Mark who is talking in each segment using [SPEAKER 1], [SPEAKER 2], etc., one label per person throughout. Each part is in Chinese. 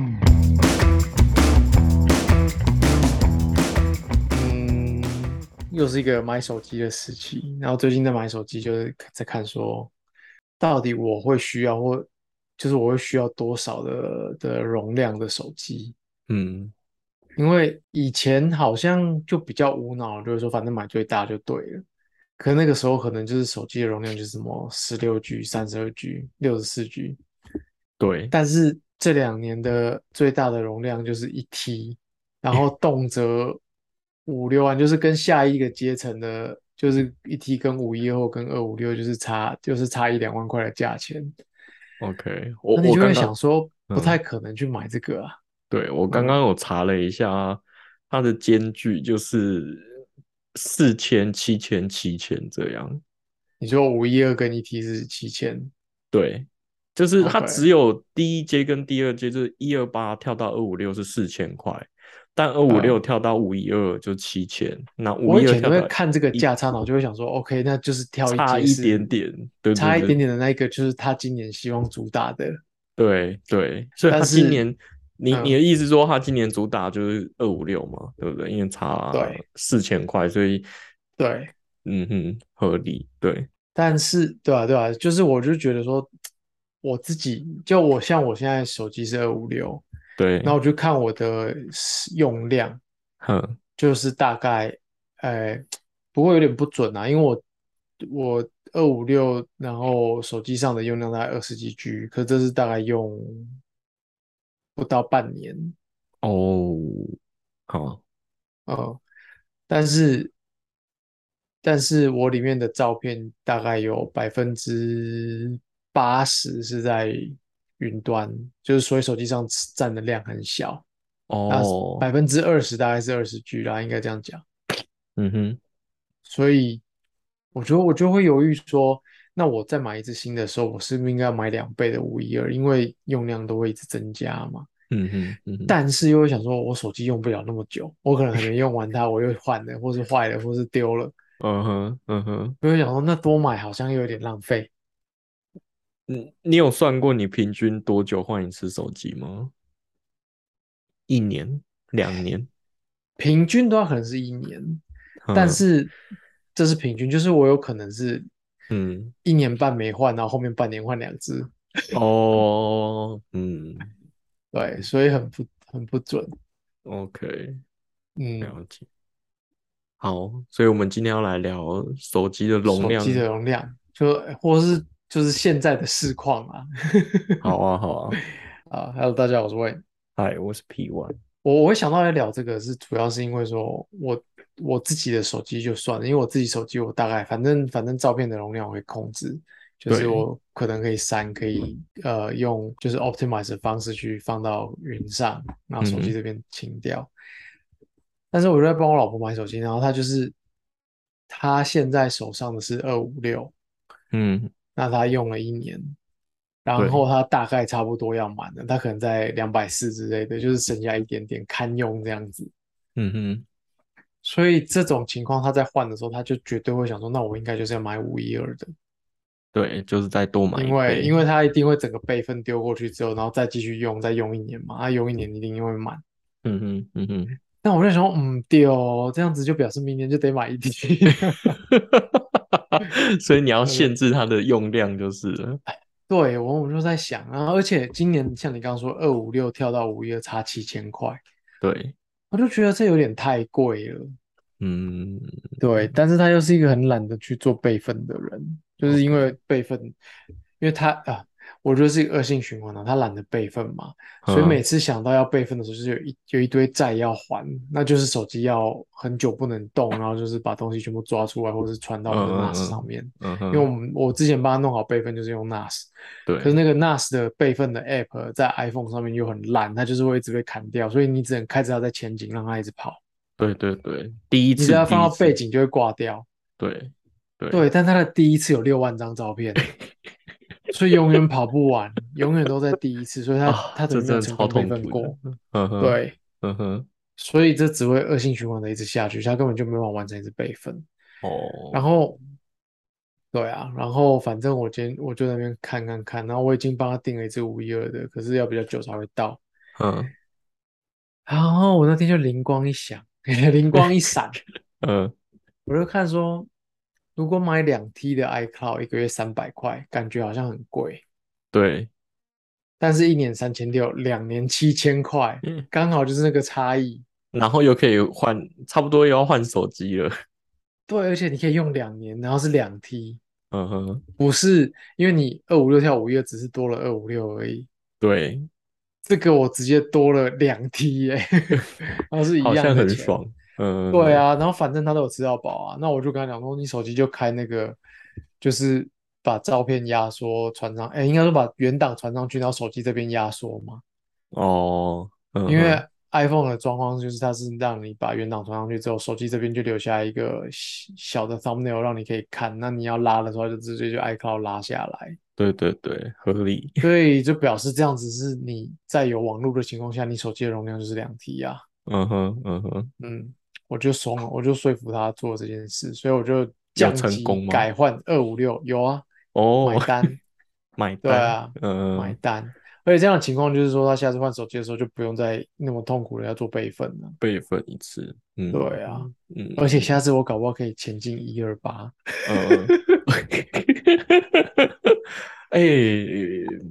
[SPEAKER 1] 嗯又是一个买手机的时期。然后最近在买手机，就是在看说，到底我会需要或就是我会需要多少的的容量的手机？
[SPEAKER 2] 嗯
[SPEAKER 1] 因为以前好像就比较无脑，就是说反正买最大就对了。可那个时候可能就是手机的容量就是什么十六 G、三十二 G、六十四 G，
[SPEAKER 2] 对，
[SPEAKER 1] 但是这两年的最大的容量就是一 T，然后动辄五六万，就是跟下一个阶层的，就是一 T 跟五一或跟二五六，就是差就是差一两万块的价钱。
[SPEAKER 2] OK，我
[SPEAKER 1] 那你
[SPEAKER 2] 我
[SPEAKER 1] 就
[SPEAKER 2] 刚
[SPEAKER 1] 会
[SPEAKER 2] 刚
[SPEAKER 1] 想说，不
[SPEAKER 2] 嗯
[SPEAKER 1] 太可能去买这个啊。
[SPEAKER 2] 对，我
[SPEAKER 1] 嗯，
[SPEAKER 2] 刚刚有查了一下，它的间距就是四千、七千、七千这样。
[SPEAKER 1] 你说五一二跟一 T 是七千
[SPEAKER 2] 对，就是它
[SPEAKER 1] ，OK，
[SPEAKER 2] 只有第一阶跟第二阶，就是一二八跳到二五六是四千块，但二五六
[SPEAKER 1] 嗯。
[SPEAKER 2] 跳到五一二就七千，那五
[SPEAKER 1] 我
[SPEAKER 2] 一
[SPEAKER 1] 以
[SPEAKER 2] 二
[SPEAKER 1] 前
[SPEAKER 2] 跳
[SPEAKER 1] 都会
[SPEAKER 2] 到
[SPEAKER 1] 看这个
[SPEAKER 2] 一
[SPEAKER 1] 价差，然后就会想说，OK，那就是跳一
[SPEAKER 2] 差
[SPEAKER 1] 阶
[SPEAKER 2] 一
[SPEAKER 1] 是
[SPEAKER 2] 点点。对对
[SPEAKER 1] 差一
[SPEAKER 2] 对
[SPEAKER 1] 点点的那一个，就是他今年希望主打的。
[SPEAKER 2] 对对，所以
[SPEAKER 1] 但
[SPEAKER 2] 它今
[SPEAKER 1] 是，
[SPEAKER 2] 年，你
[SPEAKER 1] 嗯，
[SPEAKER 2] 你的意思说它今年主打就是二五六嘛，对不对？因为差
[SPEAKER 1] 对
[SPEAKER 2] 四千块，所以
[SPEAKER 1] 对，
[SPEAKER 2] 嗯哼，合理，对。
[SPEAKER 1] 但是对啊对啊，就是我就觉得说，我自己就我像我现在手机是二五六，然
[SPEAKER 2] 对，
[SPEAKER 1] 后我就看我的使用量，
[SPEAKER 2] 哼，
[SPEAKER 1] 就是大概，呃，不过有点不准啊，因为我我二五六，然后手机上的用量大概二十几 G，可这是大概用不到半年。
[SPEAKER 2] 哦，好，
[SPEAKER 1] 呃，但是但是我里面的照片大概有百分之八十是在云端，就是所以手机上占的量很小，那
[SPEAKER 2] 哦，
[SPEAKER 1] 百分之二十大概是二十 G 啦，应该这样讲。
[SPEAKER 2] 嗯哼，
[SPEAKER 1] 所以我觉得我就会犹豫说，那我再买一只新的时候，我是不是应该要买两倍的五一二，因为用量都会一直增加嘛。
[SPEAKER 2] 嗯哼，嗯哼，
[SPEAKER 1] 但是又会想说，我手机用不了那么久，我可能还没用完它，我又换了，或是坏了，或是丢了，
[SPEAKER 2] 嗯哼，嗯哼，
[SPEAKER 1] 我就想说，那多买好像又有点浪费。
[SPEAKER 2] 你你有算过你平均多久换一次手机吗？一年、两年？
[SPEAKER 1] 平均的话可能是一年，但
[SPEAKER 2] 嗯
[SPEAKER 1] 是这是平均，就是我有可能是
[SPEAKER 2] 嗯，
[SPEAKER 1] 一年半没换，然后后面半年换两只，
[SPEAKER 2] 哦，嗯
[SPEAKER 1] 对，所以很不很不准。
[SPEAKER 2] ，OK，
[SPEAKER 1] 嗯，
[SPEAKER 2] 了解。好，所以我们今天要来聊手机的
[SPEAKER 1] 手
[SPEAKER 2] 容
[SPEAKER 1] 机
[SPEAKER 2] 量。
[SPEAKER 1] 的容量就或是就是现在的市况啊。
[SPEAKER 2] 好啊，好啊，
[SPEAKER 1] 啊，Hello，大家好，我是 Wayne。
[SPEAKER 2] 嗨，我是 P One。
[SPEAKER 1] 我我会想到来聊这个是主要是因为说我我自己的手机就算了，因为我自己手机我大概反正反正照片的容量我会控制，就是
[SPEAKER 2] 对，嗯
[SPEAKER 1] 我可能可以删，可以呃用就是 optimize 的方式去放到云上，然后
[SPEAKER 2] 嗯
[SPEAKER 1] 手机
[SPEAKER 2] 哼，
[SPEAKER 1] 这边清掉。但是我就在帮我老婆买手机，然后她就是她现在手上的是二五六，
[SPEAKER 2] 嗯，
[SPEAKER 1] 那她用了一年，然
[SPEAKER 2] 对，
[SPEAKER 1] 后它大概差不多要满了，它可能在两百四之类的，就是剩下一点点堪用这样子。
[SPEAKER 2] 嗯哼，
[SPEAKER 1] 所以这种情况，他在换的时候，他就绝对会想说，那我应该就是要买五一二的，
[SPEAKER 2] 对，就是再多买
[SPEAKER 1] 因
[SPEAKER 2] 一
[SPEAKER 1] 为因
[SPEAKER 2] 倍。
[SPEAKER 1] 为他一定会整个备份丢过去之后，然后再继续用，再用一年嘛，他啊用一年一定会满。
[SPEAKER 2] 嗯哼，嗯哼。
[SPEAKER 1] 那我就想说，嗯，对哦，这样子就表示明年就得买一 T。
[SPEAKER 2] 所以你要
[SPEAKER 1] 他就
[SPEAKER 2] 限制它的用量就是了。
[SPEAKER 1] 对，我我就在想啊，而且今年像你刚刚说，二五六跳到五一二差七千块，
[SPEAKER 2] 对，
[SPEAKER 1] 我就觉得这有点太贵了。
[SPEAKER 2] 嗯
[SPEAKER 1] 对，但是他又是一个很懒得去做备份的人，就是因
[SPEAKER 2] ，OK，
[SPEAKER 1] 为备份，因为他啊，我觉得是一个恶性循环啊，他懒得备份嘛，所以每
[SPEAKER 2] 嗯，
[SPEAKER 1] 次想到要备份的时候，就是有一有一堆债要还，那就是手机要很久不能动，然后就是把东西全部抓出来，或是传
[SPEAKER 2] 嗯
[SPEAKER 1] 到我们的 NAS
[SPEAKER 2] 嗯
[SPEAKER 1] 上面，
[SPEAKER 2] 嗯嗯
[SPEAKER 1] 因为
[SPEAKER 2] 哼，
[SPEAKER 1] 我们我之前帮他弄好备份就是用 NAS，可是
[SPEAKER 2] 对，
[SPEAKER 1] 那个 NAS 的备份的 App 在 iPhone 上面又很烂，它就是会一直被砍掉，所以你只能开着它在前景让它一直跑，
[SPEAKER 2] 对对对，第一
[SPEAKER 1] 你只
[SPEAKER 2] 次，
[SPEAKER 1] 要放
[SPEAKER 2] 第一
[SPEAKER 1] 到背
[SPEAKER 2] 次，
[SPEAKER 1] 景就会挂掉。
[SPEAKER 2] 对对，
[SPEAKER 1] 对，但他的第一次有六万张照片， 所以永远跑不完，永远都在第一次，所以他
[SPEAKER 2] 啊，
[SPEAKER 1] 他等
[SPEAKER 2] 这
[SPEAKER 1] 于没有
[SPEAKER 2] 真的
[SPEAKER 1] 成
[SPEAKER 2] 超
[SPEAKER 1] 功备
[SPEAKER 2] 痛
[SPEAKER 1] 份
[SPEAKER 2] 苦的。
[SPEAKER 1] 过。
[SPEAKER 2] 嗯哼，
[SPEAKER 1] 对，
[SPEAKER 2] 嗯哼，
[SPEAKER 1] 所以这只会恶性循环的一直下去，他根本就没办法完成一次备份。然
[SPEAKER 2] 哦，
[SPEAKER 1] 后，对啊，然后反正我今天我就在那边看看看，然后我已经帮他订了一只五一二的，可是要比较久才会到。
[SPEAKER 2] 嗯，
[SPEAKER 1] 然后我那天就灵光一想，灵光一闪，
[SPEAKER 2] 嗯，
[SPEAKER 1] 我就看说，如果买两 T 的 iCloud，一个月三百块，感觉好像很贵，
[SPEAKER 2] 对，
[SPEAKER 1] 但是一年三千六，两年七千块，
[SPEAKER 2] 嗯，
[SPEAKER 1] 刚好就是那个差异。
[SPEAKER 2] 然后又可以换，差不多又要换手机了，
[SPEAKER 1] 对，而且你可以用两年，然后是两 T，
[SPEAKER 2] 嗯哼，
[SPEAKER 1] 不是因为你二五六跳五月只是多了二五六而已，
[SPEAKER 2] 对，
[SPEAKER 1] 这个我直接多了两 T 耶、然后是一
[SPEAKER 2] 好
[SPEAKER 1] 样
[SPEAKER 2] 像
[SPEAKER 1] 的
[SPEAKER 2] 很
[SPEAKER 1] 钱。
[SPEAKER 2] 爽，嗯，
[SPEAKER 1] 对，啊，然后反正他都有吃到饱啊，那我就跟他讲说，你手机就开那个，就是把照片压缩传上，哎，应该说把原档传上去，然后手机这边压缩嘛，
[SPEAKER 2] 哦，嗯
[SPEAKER 1] 因为
[SPEAKER 2] 哼，
[SPEAKER 1] iPhone 的状况就是它是让你把原档传上去之后，手机这边就留下一个小小的 thumbnail 让你可以看，那你要拉的时候就直接就 iCloud 拉下来，
[SPEAKER 2] 对对对，合理，
[SPEAKER 1] 所以就表示这样子是你在有网络的情况下，你手机的容量就是两 T 啊。
[SPEAKER 2] 嗯哼，嗯哼，
[SPEAKER 1] 嗯，我就怂了，我就说服他做这件事，所以我就
[SPEAKER 2] 有
[SPEAKER 1] 降
[SPEAKER 2] 成
[SPEAKER 1] 级
[SPEAKER 2] 功吗？
[SPEAKER 1] 改换二五六，有啊，
[SPEAKER 2] 哦，
[SPEAKER 1] 买 单，
[SPEAKER 2] 买
[SPEAKER 1] 对
[SPEAKER 2] 单，
[SPEAKER 1] 啊，买
[SPEAKER 2] 嗯，
[SPEAKER 1] 单，而且这样的情况就是说，他下次换手机的时候就不用再那么痛苦的要做备份了，
[SPEAKER 2] 备份一次，嗯
[SPEAKER 1] 对啊，而且
[SPEAKER 2] 嗯
[SPEAKER 1] 下次我搞不好可以前进一二八，
[SPEAKER 2] 呃，哎、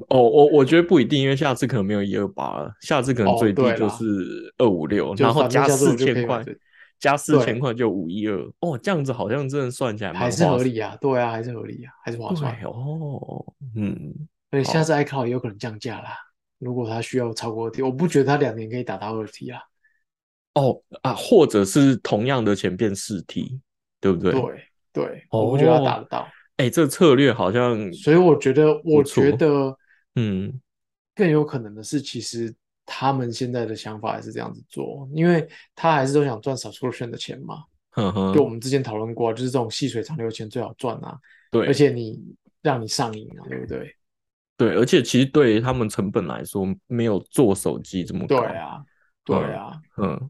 [SPEAKER 2] 哦，我我觉得不一定，因为下次可能没有一二八了，下次可能
[SPEAKER 1] 哦，
[SPEAKER 2] 最低
[SPEAKER 1] 对
[SPEAKER 2] 就
[SPEAKER 1] 啦，
[SPEAKER 2] 是二五六，
[SPEAKER 1] 就
[SPEAKER 2] 然后
[SPEAKER 1] 反正
[SPEAKER 2] 加
[SPEAKER 1] 下次我
[SPEAKER 2] 四
[SPEAKER 1] 就可
[SPEAKER 2] 千
[SPEAKER 1] 以买
[SPEAKER 2] 块，
[SPEAKER 1] 最，
[SPEAKER 2] 加四千
[SPEAKER 1] 对，
[SPEAKER 2] 块就五一二，哦，这样子好像真的算起来
[SPEAKER 1] 还
[SPEAKER 2] 蛮
[SPEAKER 1] 是
[SPEAKER 2] 划
[SPEAKER 1] 合
[SPEAKER 2] 算，
[SPEAKER 1] 理啊，对啊，还是合理啊，还是划算，
[SPEAKER 2] 对哦，嗯，
[SPEAKER 1] 所以下
[SPEAKER 2] 好，
[SPEAKER 1] 次 iCloud 也有可能降价啦，如果它需要超过二 T，我不觉得它两年可以达到二 T 啊，
[SPEAKER 2] 哦啊，或者是同样的钱变四 T，对不对？
[SPEAKER 1] 对对，我不觉得它达
[SPEAKER 2] 哦，
[SPEAKER 1] 得到。
[SPEAKER 2] 哎、这策略好像
[SPEAKER 1] 所以我觉得，
[SPEAKER 2] 不
[SPEAKER 1] 我觉
[SPEAKER 2] 错，
[SPEAKER 1] 得
[SPEAKER 2] 嗯，
[SPEAKER 1] 更有可能的是，其实他们现在的想法还是这样子做，因为他还是都想赚 subscription 的钱嘛。
[SPEAKER 2] 呵
[SPEAKER 1] 就我
[SPEAKER 2] 呵，
[SPEAKER 1] 们之前讨论过啊，就是这种细水长流的钱最好赚啊，而
[SPEAKER 2] 对。
[SPEAKER 1] 且你让你上瘾啊，对不对？
[SPEAKER 2] 对，而且其实对于他们成本来说，没有做手机这么
[SPEAKER 1] 对
[SPEAKER 2] 高。
[SPEAKER 1] 啊，对
[SPEAKER 2] 嗯
[SPEAKER 1] 啊，
[SPEAKER 2] 嗯，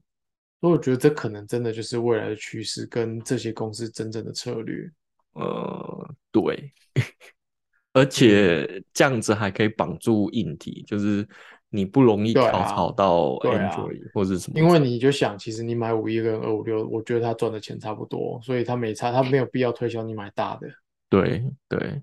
[SPEAKER 1] 所以我觉得这可能真的就是未来的趋势，跟这些公司真正的策略。
[SPEAKER 2] 呃，对， 而
[SPEAKER 1] 嗯，
[SPEAKER 2] 且这样子还可以绑住硬体，就是你不容易
[SPEAKER 1] 对
[SPEAKER 2] 跳
[SPEAKER 1] 啊，
[SPEAKER 2] 槽到
[SPEAKER 1] 对啊，
[SPEAKER 2] Android 或者什么
[SPEAKER 1] 因为
[SPEAKER 2] 之类。
[SPEAKER 1] 你就想，其实你买五一跟二五六，我觉得他赚的钱差不多，所以他没差，他没有必要推销你买大的。
[SPEAKER 2] 对对，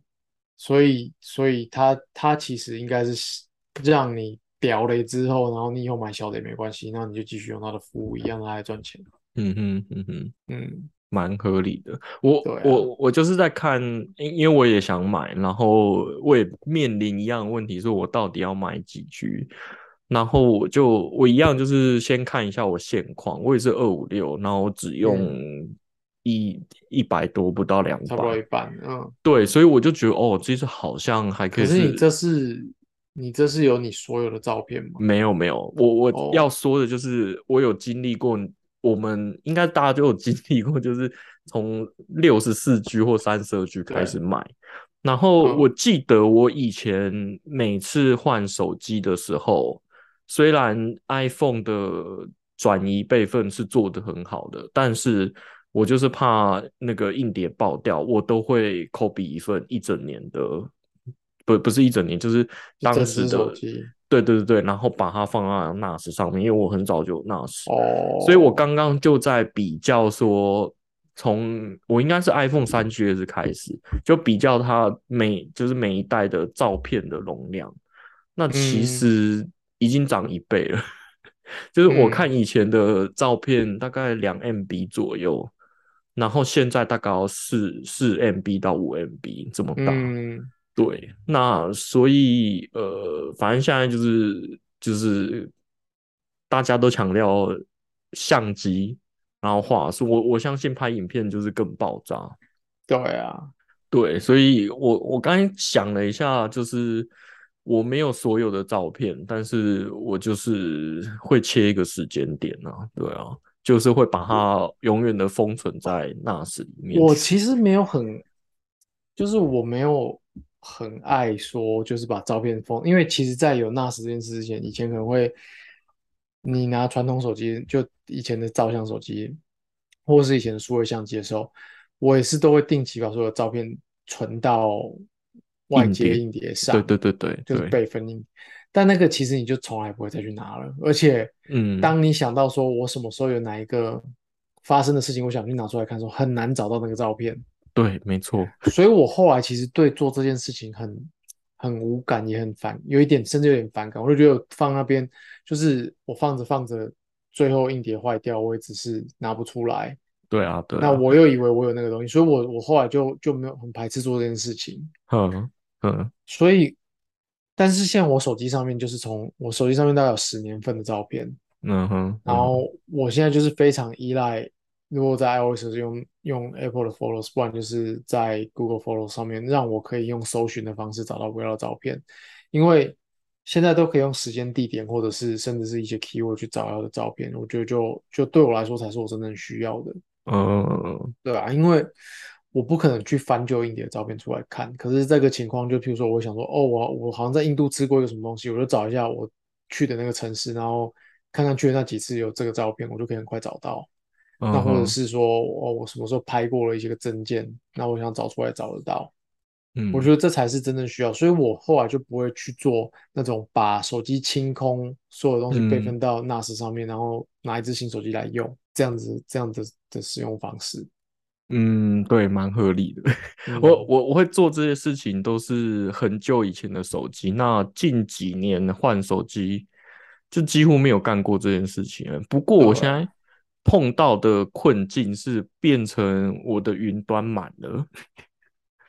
[SPEAKER 1] 所以，所以他他其实应该是让你屌雷之后，然后你以后买小的也没关系，那你就继续用他的服务，一样他还赚钱。
[SPEAKER 2] 嗯哼嗯哼。
[SPEAKER 1] 嗯，
[SPEAKER 2] 蛮合理的。我
[SPEAKER 1] 对啊，
[SPEAKER 2] 我我就是在看，因因为我也想买，然后我也面临一样的问题，是我到底要买几 G。然后我就我一样就是先看一下我现况，我也是二五六，然后我只用
[SPEAKER 1] 嗯，
[SPEAKER 2] 一一百多，不到两
[SPEAKER 1] 差不多
[SPEAKER 2] 百。
[SPEAKER 1] 一半。嗯，
[SPEAKER 2] 对，所以我就觉得哦，其实好像还可
[SPEAKER 1] 可
[SPEAKER 2] 以
[SPEAKER 1] 是你
[SPEAKER 2] 是
[SPEAKER 1] 这是你这是有你所有的照片吗？
[SPEAKER 2] 没有没有，我我要
[SPEAKER 1] 哦，
[SPEAKER 2] 说的就是，我有经历过，我们应该大家都有经历过，就是从六十四 G 或三十二 G 开始
[SPEAKER 1] 对，
[SPEAKER 2] 买。然后我
[SPEAKER 1] 嗯，
[SPEAKER 2] 记得我以前每次换手机的时候，虽然 iPhone 的转移备份是做得很好的，但是我就是怕那个硬碟爆掉，我都会 copy 一份一整年的，不不是一整年，就是
[SPEAKER 1] 就
[SPEAKER 2] 当
[SPEAKER 1] 整
[SPEAKER 2] 时
[SPEAKER 1] 只
[SPEAKER 2] 的，
[SPEAKER 1] 手机。
[SPEAKER 2] 对对对对，然后把它放到 NAS 上面，因为我很早就有 NAS，所以我
[SPEAKER 1] 哦，
[SPEAKER 2] 刚刚就在比较说，从我应该是 iPhone 三 GS 开始，就比较它每就是每一代的照片的容量，那其
[SPEAKER 1] 嗯
[SPEAKER 2] 实已经涨一倍了。 就是我看
[SPEAKER 1] 嗯，
[SPEAKER 2] 以前的照片，大概两 MB 左右，然后现在大概要四四 MB 到五 MB 这么大。
[SPEAKER 1] 嗯，
[SPEAKER 2] 对，那所以呃，反正现在就是就是大家都强调相机，然后画素，我我相信拍影片就是更爆炸。
[SPEAKER 1] 对啊，
[SPEAKER 2] 对，所以我我刚才想了一下，就是我没有所有的照片，但是我就是会切一个时间点啊，对啊，就是会把
[SPEAKER 1] 我
[SPEAKER 2] 它永远的封存在 NAS 里面
[SPEAKER 1] 我
[SPEAKER 2] 去。
[SPEAKER 1] 其实没有很就是我没有很爱说，就是把照片封，因为其实，在有 NAS 这件事之前，以前可能会，你拿传统手机，就以前的照相手机，或是以前的数位相机的时候，我也是都会定期把所有照片存到外
[SPEAKER 2] 硬
[SPEAKER 1] 接
[SPEAKER 2] 碟，
[SPEAKER 1] 硬碟
[SPEAKER 2] 对
[SPEAKER 1] 上，
[SPEAKER 2] 对对对
[SPEAKER 1] 就是
[SPEAKER 2] 对，
[SPEAKER 1] 备份硬。但那个其实你就从来不会再去拿了，而且
[SPEAKER 2] 嗯
[SPEAKER 1] 当你想到说我什么时候有哪一个。发生的事情，我想去拿出来看的时候，很难找到那个照片。
[SPEAKER 2] 对，没错，
[SPEAKER 1] 所以我后来其实对做这件事情很很无感，也很反，有一点甚至有点反感。我就觉得放那边，就是我放着放着，最后硬碟坏掉，我也只是拿不出来。
[SPEAKER 2] 对啊，对啊，
[SPEAKER 1] 那我又以为我有那个东西，所以我我后来就就没有很排斥做这件事情。
[SPEAKER 2] 嗯嗯，
[SPEAKER 1] 所以，但是现在我手机上面就是从我手机上面大概有十年份的照片，
[SPEAKER 2] 嗯哼，
[SPEAKER 1] 然后我现在就是非常依赖，如果在 iOS 是用用 Apple 的 Photos，不然就是在 Google Photos 上面，让我可以用搜寻的方式找到我要的照片，因为现在都可以用时间、地点，或者是甚至是一些 keyword 去找要的照片，我觉得就就对我来说才是我真正需要的，
[SPEAKER 2] 嗯
[SPEAKER 1] 对啊，因为我不可能去翻旧印度的照片出来看，可是这个情况就譬如说，我想说，哦，我我好像在印度吃过一个什么东西，我就找一下我去的那个城市，然后看看去的那几次有这个照片，我就可以很快找到。
[SPEAKER 2] 嗯
[SPEAKER 1] 那或者
[SPEAKER 2] 哼
[SPEAKER 1] 是说，哦，我什么时候拍过了一些个证件，那我想找出来找得到，
[SPEAKER 2] 嗯，
[SPEAKER 1] 我觉得这才是真正需要。所以我后来就不会去做那种把手机清空，所有东西备
[SPEAKER 2] 嗯
[SPEAKER 1] 份到 NAS 上面，然后拿一只新手机来用，这样子这样的的使用方式。
[SPEAKER 2] 嗯，对，蛮合理的。
[SPEAKER 1] 嗯
[SPEAKER 2] 我我我会做这些事情都是很久以前的手机，那近几年换手机就几乎没有干过这件事情了。不过我
[SPEAKER 1] 对
[SPEAKER 2] 现在碰到的困境是变成我的云端满了，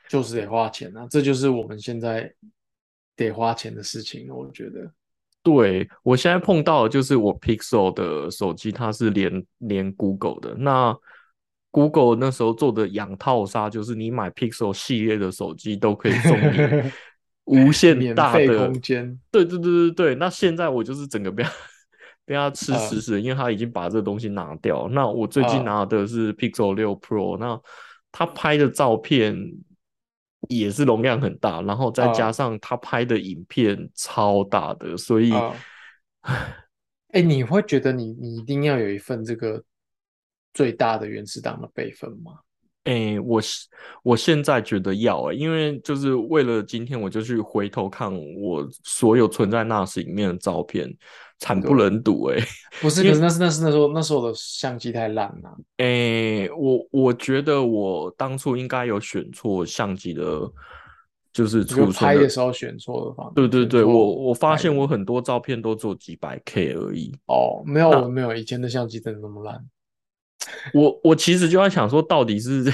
[SPEAKER 1] 就是得花钱啊，这就是我们现在得花钱的事情，我觉得。
[SPEAKER 2] 对，我现在碰到的就是我 Pixel 的手机，它是连连 Google 的。那 Google 那时候做的养套杀，就是你买 Pixel 系列的手机都可以送你 无限
[SPEAKER 1] 免
[SPEAKER 2] 大
[SPEAKER 1] 费
[SPEAKER 2] 的
[SPEAKER 1] 空间。
[SPEAKER 2] 对对对对对，那现在我就是整个被它被它吃
[SPEAKER 1] 啊
[SPEAKER 2] 死死的，因为它已经把这个东西拿掉。那我最近
[SPEAKER 1] 啊
[SPEAKER 2] 拿的是 Pixel 六 Pro，那它拍的照片也是容量很大，然后再
[SPEAKER 1] 啊
[SPEAKER 2] 加上它拍的影片超大的，所以
[SPEAKER 1] 啊，哎，你会觉得你你一定要有一份这个最大的原始档的备份吗？
[SPEAKER 2] 诶，我是我现在觉得要诶，因为就是为了今天，我就去回头看我所有存在 NAS 里面的照片，惨不
[SPEAKER 1] 对
[SPEAKER 2] 忍睹诶。
[SPEAKER 1] 不是，可是那是那是那时候那时候的相机太烂了。
[SPEAKER 2] 诶，我我觉得我当初应该有选错相机的，就是
[SPEAKER 1] 你就
[SPEAKER 2] 储存
[SPEAKER 1] 拍的
[SPEAKER 2] 的。
[SPEAKER 1] 时候选错了方，
[SPEAKER 2] 对对
[SPEAKER 1] 选
[SPEAKER 2] 对，
[SPEAKER 1] 错
[SPEAKER 2] 我我发
[SPEAKER 1] 拍
[SPEAKER 2] 现
[SPEAKER 1] 的
[SPEAKER 2] 我很多照片都做几百 K 而已。
[SPEAKER 1] 哦，没有
[SPEAKER 2] 那
[SPEAKER 1] 我没有，以前的相机真的那么烂。
[SPEAKER 2] 我我其实就在想说，到底是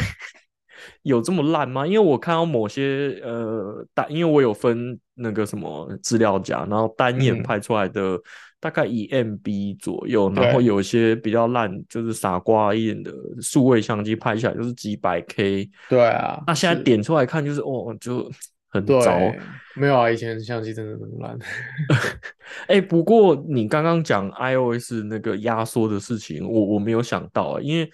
[SPEAKER 2] 有这么烂吗？因为我看到某些呃单，因为我有分那个什么资料夹，然后单眼
[SPEAKER 1] 嗯，
[SPEAKER 2] 拍出来的大概一 MB 左右，然后
[SPEAKER 1] 对
[SPEAKER 2] 有一些比较烂，就是傻瓜一点的数位相机拍起来就是几百 K，
[SPEAKER 1] 对啊，
[SPEAKER 2] 那现在
[SPEAKER 1] 是，
[SPEAKER 2] 点出来看就是哦，就 很糟。
[SPEAKER 1] 对，没有啊，以前的相机真的那么烂。
[SPEAKER 2] 哎、不过你刚刚讲 iOS 那个压缩的事情，我我没有想到、啊，因为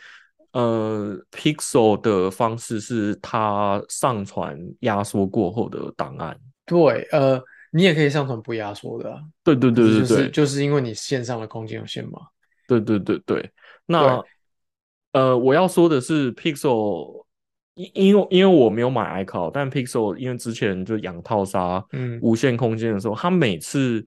[SPEAKER 2] 呃，Pixel 的方式是它上传压缩过后的档案。
[SPEAKER 1] 对，呃，你也可以上传不压缩的啊，
[SPEAKER 2] 对对
[SPEAKER 1] 可是
[SPEAKER 2] 对对
[SPEAKER 1] 就是
[SPEAKER 2] 对
[SPEAKER 1] 就是因为你线上的空间有限嘛。
[SPEAKER 2] 对对对对。
[SPEAKER 1] 对，
[SPEAKER 2] 那呃，我要说的是，Pixel 因因为因为我没有买 iCloud，但 Pixel 因为之前就养套杀
[SPEAKER 1] 嗯，
[SPEAKER 2] 无限空间的时候，它每次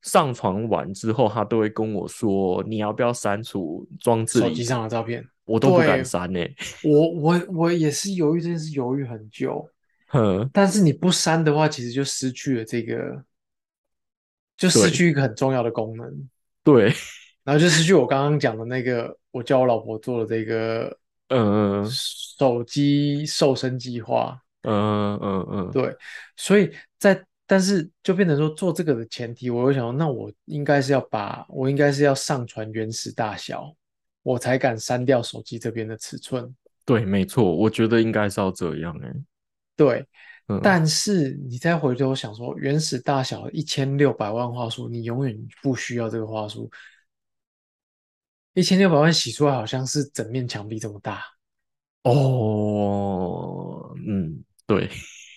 [SPEAKER 2] 上传完之后，它都会跟我说你要不要删除装置
[SPEAKER 1] 手
[SPEAKER 2] 里
[SPEAKER 1] 机上的照片，
[SPEAKER 2] 我都不敢
[SPEAKER 1] 对，
[SPEAKER 2] 删欸呢、
[SPEAKER 1] 我我我也是犹豫这件事，犹豫很久。
[SPEAKER 2] 哼，
[SPEAKER 1] 但是你不删的话，其实就失去了这个，就失
[SPEAKER 2] 对
[SPEAKER 1] 去一个很重要的功能，
[SPEAKER 2] 对，
[SPEAKER 1] 然后就失去我刚刚讲的那个，我叫我老婆做的这个
[SPEAKER 2] 嗯嗯
[SPEAKER 1] 手机瘦身计划。
[SPEAKER 2] 嗯嗯嗯，
[SPEAKER 1] 对，所以在但是就变成说做这个的前提，我又想说，那我应该是要把我应该是要上传原始大小，我才敢删掉手机这边的尺寸。
[SPEAKER 2] 对，没错，我觉得应该是要这样哎、
[SPEAKER 1] 对，
[SPEAKER 2] 嗯，
[SPEAKER 1] 但是你再回头想说，原始大小一千六百万画素，你永远不需要这个画素，一千六百万洗出来好像是整面墙壁这么大。
[SPEAKER 2] 哦，嗯，对，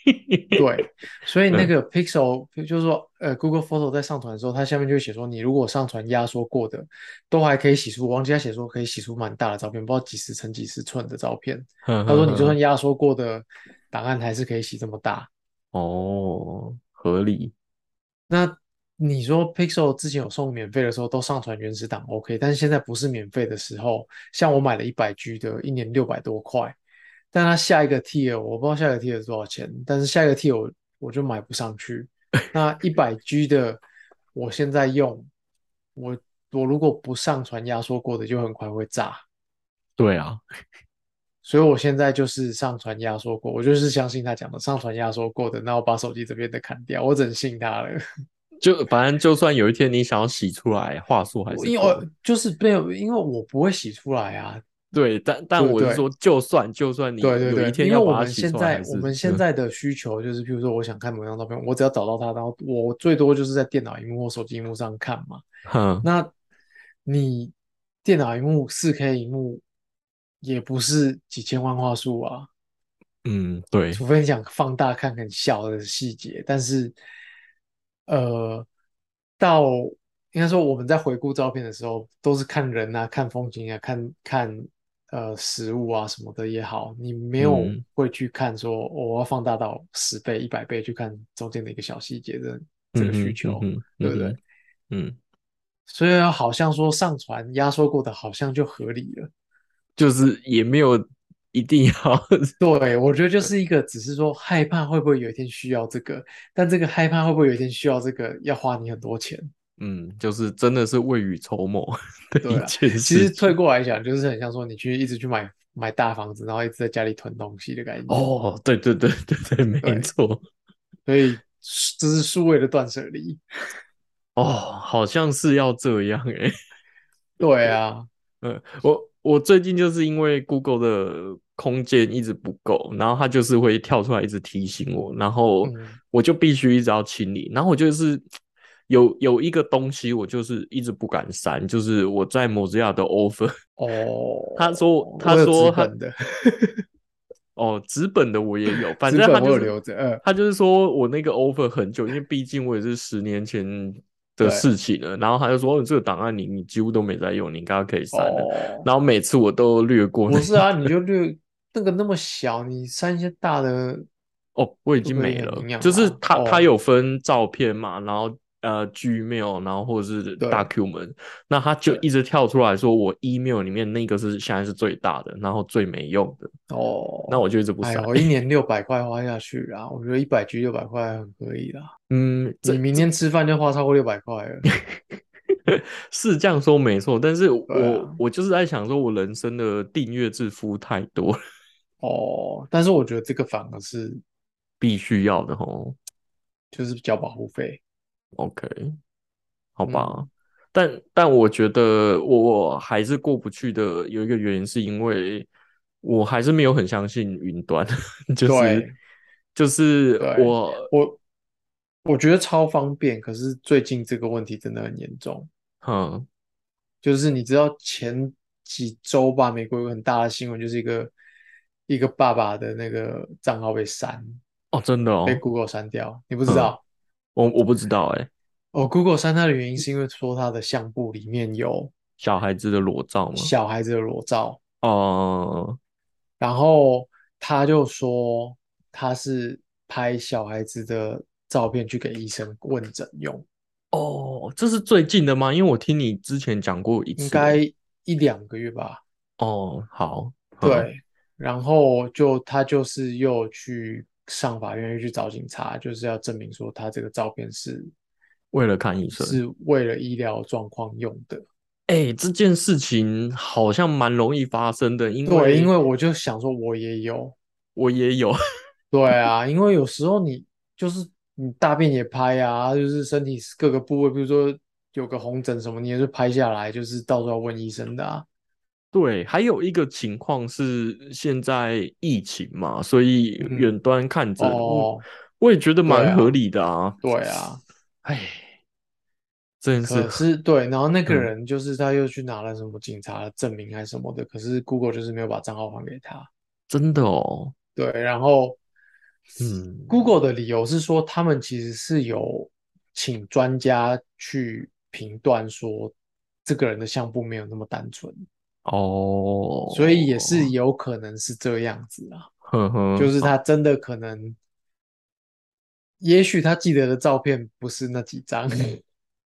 [SPEAKER 1] 对，所以那
[SPEAKER 2] 嗯
[SPEAKER 1] 个 Pixel 就是说，呃，Google Photo 在上传的时候，它下面就会写说，你如果上传压缩过的，都还可以洗出，我忘记它写说可以洗出蛮大的照片，不知道几十乘几十寸的照片。
[SPEAKER 2] 哼
[SPEAKER 1] 他
[SPEAKER 2] 哼
[SPEAKER 1] 说，你就算
[SPEAKER 2] 哼，
[SPEAKER 1] 压缩过的档案还是可以洗这么大。
[SPEAKER 2] 哦，合理，
[SPEAKER 1] 那你说 Pixel 之前有送免费的时候都上传原始档 OK，但是现在不是免费的时候，像我买了一百 G 的，一年六百多块，但它下一个 tier 我不知道下一个 tier 是多少钱，但是下一个 tier 我我就买不上去。那一百 G 的我现在用，我我如果不上传压缩过的，就很快会炸，
[SPEAKER 2] 对啊，
[SPEAKER 1] 所以我现在就是上传压缩过，我就是相信他讲的上传压缩过的，那我把手机这边的砍掉，我只能信他了。
[SPEAKER 2] 就反正就算有一天你想要洗出来，话术还是
[SPEAKER 1] 因为
[SPEAKER 2] 够
[SPEAKER 1] 我就是没有，因为我不会洗出来啊。
[SPEAKER 2] 对，但但
[SPEAKER 1] 对
[SPEAKER 2] 我是
[SPEAKER 1] 对
[SPEAKER 2] 说，就算就算你
[SPEAKER 1] 对对
[SPEAKER 2] 有
[SPEAKER 1] 对
[SPEAKER 2] 一，天
[SPEAKER 1] 因为
[SPEAKER 2] 要
[SPEAKER 1] 我
[SPEAKER 2] 把它
[SPEAKER 1] 们
[SPEAKER 2] 洗
[SPEAKER 1] 现
[SPEAKER 2] 出来，
[SPEAKER 1] 在
[SPEAKER 2] 还是
[SPEAKER 1] 我们现在的需求就是，譬如说我想看某张照片，我只要找到它，然后我最多就是在电脑荧幕或手机荧幕上看嘛。
[SPEAKER 2] 哼，
[SPEAKER 1] 那你电脑荧幕四 K 荧幕也不是几千万画素啊，
[SPEAKER 2] 嗯，对，
[SPEAKER 1] 除非你想放大看很小的细节，但是，呃，到应该说我们在回顾照片的时候，都是看人啊、看风景啊、看看呃食物啊什么的也好，你没有
[SPEAKER 2] 嗯
[SPEAKER 1] 会去看说、哦我要放大到十倍、一百倍去看中间的一个小细节的这
[SPEAKER 2] 嗯
[SPEAKER 1] 个需
[SPEAKER 2] 哼，嗯
[SPEAKER 1] 求，
[SPEAKER 2] 哼，
[SPEAKER 1] 对不
[SPEAKER 2] 嗯
[SPEAKER 1] 对？
[SPEAKER 2] 哼，嗯，
[SPEAKER 1] 所以好像说上传压缩过的，好像就合理了。
[SPEAKER 2] 就是也没有一定要
[SPEAKER 1] 对，我觉得就是一个，只是说害怕会不会有一天需要这个，但这个害怕会不会有一天需要这个，要花你很多钱。
[SPEAKER 2] 嗯，就是真的是未雨绸缪的
[SPEAKER 1] 对
[SPEAKER 2] 一
[SPEAKER 1] 啊，
[SPEAKER 2] 件
[SPEAKER 1] 其实
[SPEAKER 2] 事
[SPEAKER 1] 退
[SPEAKER 2] 情。
[SPEAKER 1] 过来讲，就是很像说你去一直去买买大房子，然后一直在家里囤东西的感觉。
[SPEAKER 2] 哦，对对对对对，没
[SPEAKER 1] 对，
[SPEAKER 2] 错。
[SPEAKER 1] 所以这是数位的断舍离。
[SPEAKER 2] 哦，好像是要这样诶、
[SPEAKER 1] 对啊，
[SPEAKER 2] 嗯，我我最近就是因为 Google 的空间一直不够，然后它就是会跳出来一直提醒我，然后
[SPEAKER 1] 嗯
[SPEAKER 2] 我就必须一直要清理，然后我就是有有一个东西我就是一直不敢删，就是我在 Mozilla 的 offer，他
[SPEAKER 1] 哦，
[SPEAKER 2] 说他
[SPEAKER 1] 我有
[SPEAKER 2] 说
[SPEAKER 1] 纸
[SPEAKER 2] 他
[SPEAKER 1] 本的，
[SPEAKER 2] 哦纸本的我也有，反
[SPEAKER 1] 纸
[SPEAKER 2] 正他
[SPEAKER 1] 本我
[SPEAKER 2] 就
[SPEAKER 1] 有
[SPEAKER 2] 是
[SPEAKER 1] 留着。呃，
[SPEAKER 2] 他就是说我那个 offer 很久，因为毕竟我也是十年前的
[SPEAKER 1] 对，
[SPEAKER 2] 事情了，然后他就说、哦、这个档案你你几乎都没在用，你应该可以删了，
[SPEAKER 1] 哦，
[SPEAKER 2] 然后每次我都略过
[SPEAKER 1] 不
[SPEAKER 2] 那个。
[SPEAKER 1] 是 啊，你就略那个那么小，你删一些大的，
[SPEAKER 2] 哦，我已
[SPEAKER 1] 会
[SPEAKER 2] 经
[SPEAKER 1] 不会
[SPEAKER 2] 没
[SPEAKER 1] 也很
[SPEAKER 2] 了，
[SPEAKER 1] 营养
[SPEAKER 2] 就是
[SPEAKER 1] 啦？
[SPEAKER 2] 它它
[SPEAKER 1] 哦，
[SPEAKER 2] 有分照片嘛，然后呃 Gmail，然后或者是
[SPEAKER 1] 对
[SPEAKER 2] document，那它就
[SPEAKER 1] 对，
[SPEAKER 2] 一直跳出来说我 email 里面那个是现在是最大的，然后最没用的，那
[SPEAKER 1] 哦，
[SPEAKER 2] 我就一直不
[SPEAKER 1] 哎
[SPEAKER 2] 删。
[SPEAKER 1] 呦，一年六百块花下去啊，我觉得一百 G 六百块很可以啦。
[SPEAKER 2] 嗯，
[SPEAKER 1] 你
[SPEAKER 2] 这
[SPEAKER 1] 明天吃饭就花超过六百块了。
[SPEAKER 2] 是这样说没错，但是
[SPEAKER 1] 对
[SPEAKER 2] 我
[SPEAKER 1] 啊，
[SPEAKER 2] 我就是在想说，我人生的订阅制服务太多了，
[SPEAKER 1] 哦，但是我觉得这个反而是
[SPEAKER 2] 必须要的吼。
[SPEAKER 1] 就是交保护费，
[SPEAKER 2] OK，好
[SPEAKER 1] 嗯，
[SPEAKER 2] 吧，但但我觉得我我还是过不去的，有一个原因是因为我还是没有很相信云端， 就是
[SPEAKER 1] 对
[SPEAKER 2] 就是
[SPEAKER 1] 对，
[SPEAKER 2] 我
[SPEAKER 1] 我我觉得超方便，可是最近这个问题真的很严重，
[SPEAKER 2] 嗯
[SPEAKER 1] 就是你知道前几周吧，美国有个很大的新闻，就是一个一个爸爸的那个账号被删，
[SPEAKER 2] 哦真的
[SPEAKER 1] 被
[SPEAKER 2] 哦
[SPEAKER 1] Google 删掉，你不知
[SPEAKER 2] 嗯
[SPEAKER 1] 道？
[SPEAKER 2] 我我不知道哎、
[SPEAKER 1] 哦，Google 删它的原因是因为说它的相簿里面有
[SPEAKER 2] 小孩子的裸照吗？
[SPEAKER 1] 小孩子的裸照。
[SPEAKER 2] 哦、
[SPEAKER 1] 然后他就说他是拍小孩子的照片去给医生问诊用，
[SPEAKER 2] 哦，这是最近的吗？因为我听你之前讲过一
[SPEAKER 1] 应
[SPEAKER 2] 次哎、
[SPEAKER 1] 该一两个月吧。
[SPEAKER 2] 哦好嗯
[SPEAKER 1] 对，然后就他就是又去上法院，又去找警察，就是要证明说他这个照片是
[SPEAKER 2] 为了看医生。
[SPEAKER 1] 是为了医疗状况用的。
[SPEAKER 2] 哎、这件事情好像蛮容易发生的，因
[SPEAKER 1] 对，因
[SPEAKER 2] 为
[SPEAKER 1] 为我就想说我也有，
[SPEAKER 2] 我也有，
[SPEAKER 1] 对啊，因为有时候你就是你大便也拍啊，就是身体各个部位，比如说有个红疹什么，你也是拍下来，就是到时候要问医生的啊。
[SPEAKER 2] 对，还有一个情况是现在疫情嘛，所以
[SPEAKER 1] 嗯，
[SPEAKER 2] 远端看诊，我
[SPEAKER 1] 哦，
[SPEAKER 2] 我也觉
[SPEAKER 1] 对
[SPEAKER 2] 得蛮合
[SPEAKER 1] 啊，
[SPEAKER 2] 理的啊。
[SPEAKER 1] 对啊。
[SPEAKER 2] 哎，真是，
[SPEAKER 1] 可是对，然后那个
[SPEAKER 2] 嗯，
[SPEAKER 1] 人就是他又去拿了什么警察的证明还是什么的，可是 Google 就是没有把账号还给他。
[SPEAKER 2] 真的哦，
[SPEAKER 1] 对，然后
[SPEAKER 2] 嗯，
[SPEAKER 1] Google 的理由是说，他们其实是有请专家去评断说这个人的相簿没有那么单纯。所以也是
[SPEAKER 2] 哦，
[SPEAKER 1] 有可能是这样子啊，
[SPEAKER 2] 呵
[SPEAKER 1] 就
[SPEAKER 2] 呵，
[SPEAKER 1] 是他
[SPEAKER 2] 嗯好，
[SPEAKER 1] 真的可能，也许他记得的照片不是那几张，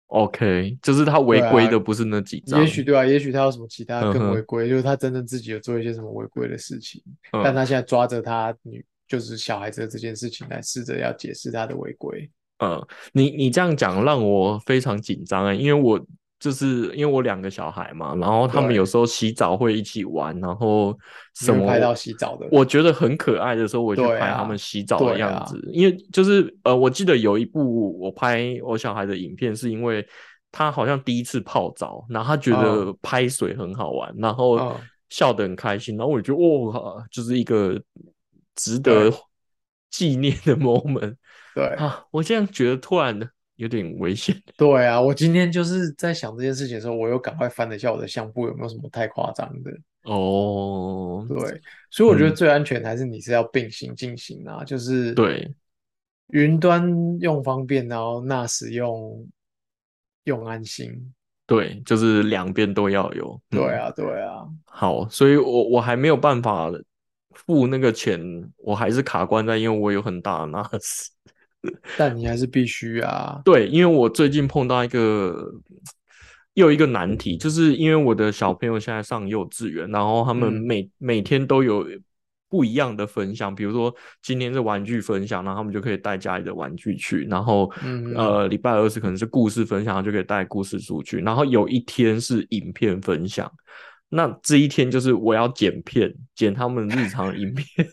[SPEAKER 2] OK，就是他违
[SPEAKER 1] 对啊
[SPEAKER 2] 规的不是那几 张，
[SPEAKER 1] 也许对啊，也许他有什么其他
[SPEAKER 2] 嗯
[SPEAKER 1] 更
[SPEAKER 2] 哼
[SPEAKER 1] 违规，就是他真的自己有做一些什么违规的事情，
[SPEAKER 2] 嗯
[SPEAKER 1] 但他现在抓着他女就是小孩子的这件事情来试着要解释他的违规。
[SPEAKER 2] 嗯，你你这样讲让我非常紧张啊，因为我就是因为我两个小孩嘛，然后他们
[SPEAKER 1] 对
[SPEAKER 2] 有时候洗澡会一起玩，然后什
[SPEAKER 1] 你会
[SPEAKER 2] 么
[SPEAKER 1] 拍到洗澡的
[SPEAKER 2] 我觉得很可爱的时候，我去
[SPEAKER 1] 对
[SPEAKER 2] 拍
[SPEAKER 1] 啊
[SPEAKER 2] 他们洗澡的
[SPEAKER 1] 对
[SPEAKER 2] 样
[SPEAKER 1] 啊
[SPEAKER 2] 子，因为就是呃，我记得有一部我拍我小孩的影片，是因为他好像第一次泡澡，然后他觉得
[SPEAKER 1] 嗯
[SPEAKER 2] 拍水很好玩，然后
[SPEAKER 1] 嗯
[SPEAKER 2] 笑得很开心，然后我觉得哇，就是一个值得
[SPEAKER 1] 对
[SPEAKER 2] 纪念的 moment。
[SPEAKER 1] 对
[SPEAKER 2] 啊，我这样觉得突然有点危险。
[SPEAKER 1] 对啊，我今天就是在想这件事情的时候，我又赶快翻了一下我的相簿有没有什么太夸张的。
[SPEAKER 2] 哦，
[SPEAKER 1] 对，所以我觉得
[SPEAKER 2] 嗯
[SPEAKER 1] 最安全还是你是要并行进行啊，就是
[SPEAKER 2] 对
[SPEAKER 1] 云端用方便，然后 NAS 用用安心。
[SPEAKER 2] 对，就是两边都要有。嗯
[SPEAKER 1] 对，啊，对啊，
[SPEAKER 2] 好，所以我我还没有办法付那个钱，我还是卡关在，因为我有很大的 NAS。
[SPEAKER 1] 但你还是必须啊。
[SPEAKER 2] 对，因为我最近碰到一个又一个难题，就是因为我的小朋友现在上幼稚园，然后他们
[SPEAKER 1] 嗯
[SPEAKER 2] 每、每天都有不一样的分享，比如说今天是玩具分享，然后他们就可以带家里的玩具去，然后、
[SPEAKER 1] 嗯
[SPEAKER 2] 呃礼拜二是可能是故事分享，他就可以带故事书去，然后有一天是影片分享，那这一天就是我要剪片，剪他们日常影片。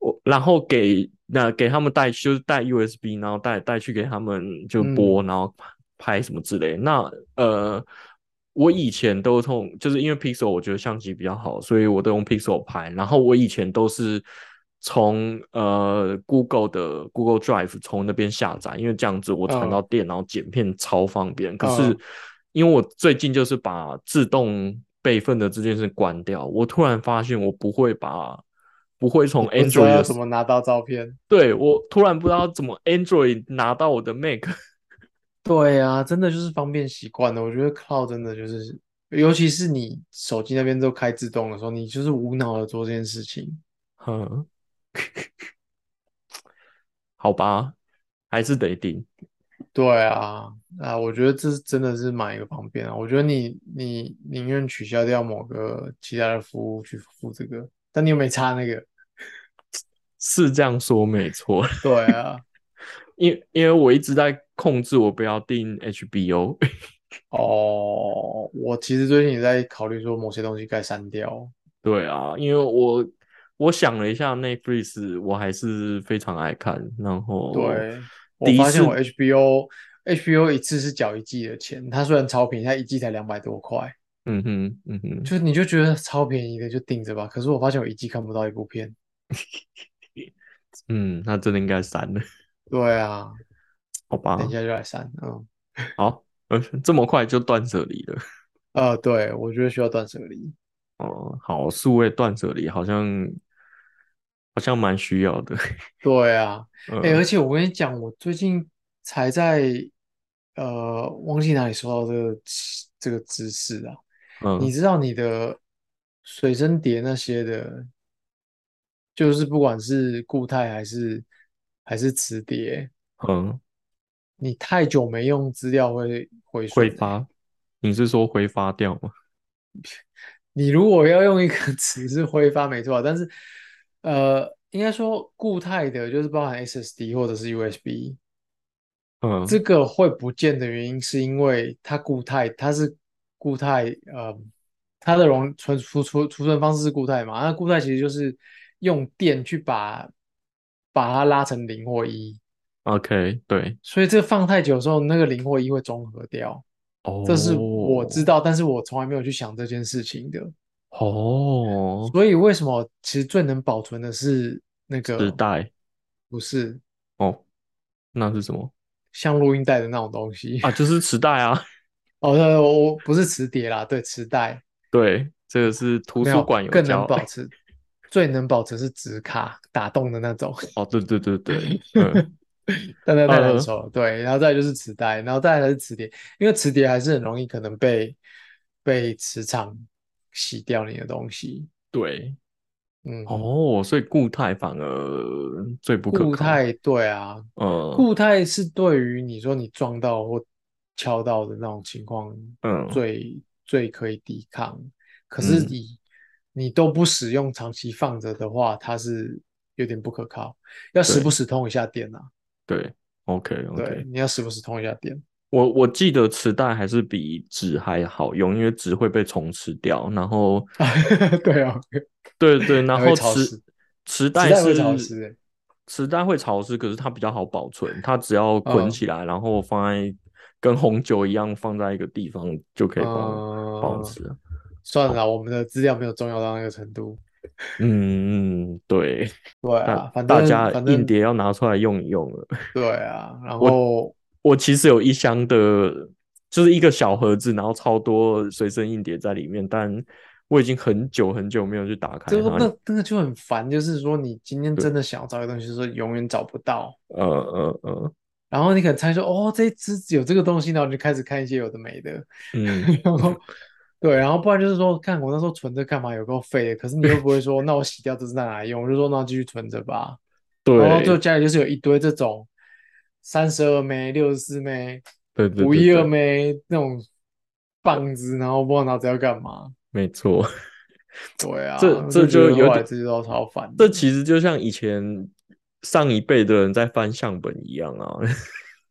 [SPEAKER 2] 我然后给那给他们带就是带 USB，然后带带去给他们就播，然后拍什么之类。那呃，我以前都用，就是因为 Pixel 我觉得相机比较好，所以我都用 Pixel 拍。然后我以前都是从呃 Google 的 Google Drive 从那边下载，因为这样子我
[SPEAKER 1] 嗯
[SPEAKER 2] 传到电脑剪片超方便。可
[SPEAKER 1] 嗯
[SPEAKER 2] 是因为我最近就是把自动备份的这件事关掉，我突然发现我不会把不会从
[SPEAKER 1] 你不知道
[SPEAKER 2] Android
[SPEAKER 1] 要
[SPEAKER 2] 的
[SPEAKER 1] 怎么拿到照片？
[SPEAKER 2] 对我突然不知道怎么 Android 拿到我的 Mac，
[SPEAKER 1] 对啊，真的就是方便习惯了。我觉得靠，真的就是，尤其是你手机那边都开自动的时候，你就是无脑的做这件事情。
[SPEAKER 2] 嗯， 好吧，还是得定。
[SPEAKER 1] 对啊，啊，我觉得这是真的是蛮一个方便啊。我觉得你你宁愿取消掉某个其他的服务去付这个，但你又没差那个。
[SPEAKER 2] 是这样说没错，
[SPEAKER 1] 对啊，
[SPEAKER 2] 因因为我一直在控制我不要订 HBO，
[SPEAKER 1] 哦，我其实最近也在考虑说某些东西该删掉。
[SPEAKER 2] 对啊，因为我我想了一下 Netflix，我还是非常爱看，然后
[SPEAKER 1] 对，我
[SPEAKER 2] 哦第一
[SPEAKER 1] 发现
[SPEAKER 2] 次
[SPEAKER 1] 我 HBO HBO 一次是缴一季的钱，它虽然超便宜，它一季才两百多块，
[SPEAKER 2] 嗯哼嗯哼，
[SPEAKER 1] 就你就觉得超便宜的就盯着吧。可是我发现我一季看不到一部片。
[SPEAKER 2] 嗯，那真的应该删了，
[SPEAKER 1] 对啊，
[SPEAKER 2] 好吧
[SPEAKER 1] 等一，下就来删。嗯，
[SPEAKER 2] 好，呃这么快就断舍离了。
[SPEAKER 1] 呃，对，我觉得需要断舍离。
[SPEAKER 2] 哦，好，数位断舍离好像好像蛮需要的。
[SPEAKER 1] 对啊，哎、而
[SPEAKER 2] 嗯，
[SPEAKER 1] 且我跟你讲，我最近才在呃，忘记哪里收到这个这个知识啊。你
[SPEAKER 2] 嗯
[SPEAKER 1] 知道你的随身碟那些的，就是不管是固态还是还是磁碟，
[SPEAKER 2] 嗯，
[SPEAKER 1] 你太久没用，资料会回
[SPEAKER 2] 挥
[SPEAKER 1] 损欸、
[SPEAKER 2] 发，你是说挥发掉吗？
[SPEAKER 1] 你如果要用一个 词是挥发没错啊，但是呃，应该说固态的，就是包含 SSD 或者是 USB，
[SPEAKER 2] 嗯，
[SPEAKER 1] 这个会不见的原因是因为它固态，它是固态，呃，它的容存储储储存方式是固态嘛？那固态其实就是用电去把把它拉成零或一，
[SPEAKER 2] OK，对，
[SPEAKER 1] 所以这放太久的时候，那个零或一会中和掉。
[SPEAKER 2] 哦，
[SPEAKER 1] 这是我知道，但是我从来没有去想这件事情的。
[SPEAKER 2] 哦，
[SPEAKER 1] 所以为什么其实最能保存的是那
[SPEAKER 2] 时
[SPEAKER 1] 个
[SPEAKER 2] 代
[SPEAKER 1] 不是
[SPEAKER 2] 哦，那是什么
[SPEAKER 1] 像录音带的那种东西？
[SPEAKER 2] 啊？就是磁带啊，
[SPEAKER 1] 哦，对我不是磁碟啦，对，磁带。
[SPEAKER 2] 对，这个是图
[SPEAKER 1] 没
[SPEAKER 2] 书
[SPEAKER 1] 有，
[SPEAKER 2] 馆有
[SPEAKER 1] 更能
[SPEAKER 2] 教。
[SPEAKER 1] 保 持，最能保持是纸卡打洞的那种，
[SPEAKER 2] 哦，对对对 对，嗯，
[SPEAKER 1] 但那太
[SPEAKER 2] 呃
[SPEAKER 1] 难受了。对，然后再来就是磁带，然后再来才是磁碟，因为磁碟还是很容易可能被被磁场洗掉你的东西。
[SPEAKER 2] 对，
[SPEAKER 1] 嗯，
[SPEAKER 2] 哦，所以固态反而最不可
[SPEAKER 1] 固
[SPEAKER 2] 靠。
[SPEAKER 1] 态对啊，
[SPEAKER 2] 呃，
[SPEAKER 1] 固态是对于你说你撞到或敲到的那种情况
[SPEAKER 2] 嗯，
[SPEAKER 1] 最最可以抵抗，可是
[SPEAKER 2] 嗯
[SPEAKER 1] 你你都不使用，长期放着的话，它是有点不可靠，要时
[SPEAKER 2] 对
[SPEAKER 1] 不时通一下电啊，
[SPEAKER 2] 对，OK，OK。
[SPEAKER 1] 对，你要时不时通一下电，
[SPEAKER 2] 我我记得磁带还是比纸还好用，因为纸会被虫吃掉。然后，
[SPEAKER 1] 对啊，
[SPEAKER 2] 对对，然
[SPEAKER 1] 还会
[SPEAKER 2] 后
[SPEAKER 1] 潮
[SPEAKER 2] 磁
[SPEAKER 1] 湿
[SPEAKER 2] 磁
[SPEAKER 1] 纸
[SPEAKER 2] 带
[SPEAKER 1] 袋会
[SPEAKER 2] 是
[SPEAKER 1] 潮湿欸
[SPEAKER 2] 磁带会潮湿，可是它比较好保存，它只要滚
[SPEAKER 1] 嗯
[SPEAKER 2] 起来，然后放在跟红酒一样放在一个地方就可以保
[SPEAKER 1] 嗯，
[SPEAKER 2] 保值了。
[SPEAKER 1] 算了，我们的资料没有重要到那个程度，
[SPEAKER 2] 嗯嗯，对，
[SPEAKER 1] 对
[SPEAKER 2] 大
[SPEAKER 1] 啊，反
[SPEAKER 2] 大
[SPEAKER 1] 正
[SPEAKER 2] 家
[SPEAKER 1] 反
[SPEAKER 2] 硬
[SPEAKER 1] 正
[SPEAKER 2] 碟要拿出来用一用了。
[SPEAKER 1] 对啊，然后
[SPEAKER 2] 我其实有一箱的，就是一个小盒子，然后超多随身硬碟在里面，但我已经很久很久没有去打开
[SPEAKER 1] 就
[SPEAKER 2] 它
[SPEAKER 1] 是。那那个就很烦，就是说你今天
[SPEAKER 2] 对
[SPEAKER 1] 真的想要找一个东西，就是永远找不到。
[SPEAKER 2] 呃呃呃，
[SPEAKER 1] 然后你可能猜说，哦，这一只有这个东西，然后你就开始看一些有的没的，
[SPEAKER 2] 嗯，
[SPEAKER 1] 然 后对，然后不然就是说，看我那时候存着干嘛，有够废的。可是你又不会说，那我洗掉这只拿来用，我就说那继续存着吧。然后就
[SPEAKER 2] 对，
[SPEAKER 1] 家里就是有一堆这种三十二枚、六十四枚、
[SPEAKER 2] 对对
[SPEAKER 1] 五
[SPEAKER 2] 对
[SPEAKER 1] 一二
[SPEAKER 2] 对，
[SPEAKER 1] 枚那种棒子，然后不知道拿着要干嘛。
[SPEAKER 2] 没错，
[SPEAKER 1] 对啊，
[SPEAKER 2] 这
[SPEAKER 1] 我
[SPEAKER 2] 这
[SPEAKER 1] 觉
[SPEAKER 2] 就
[SPEAKER 1] 得
[SPEAKER 2] 有
[SPEAKER 1] 后来
[SPEAKER 2] 点，
[SPEAKER 1] 这些都超烦的。
[SPEAKER 2] 这其实就像以前上一辈的人在翻相本一样啊，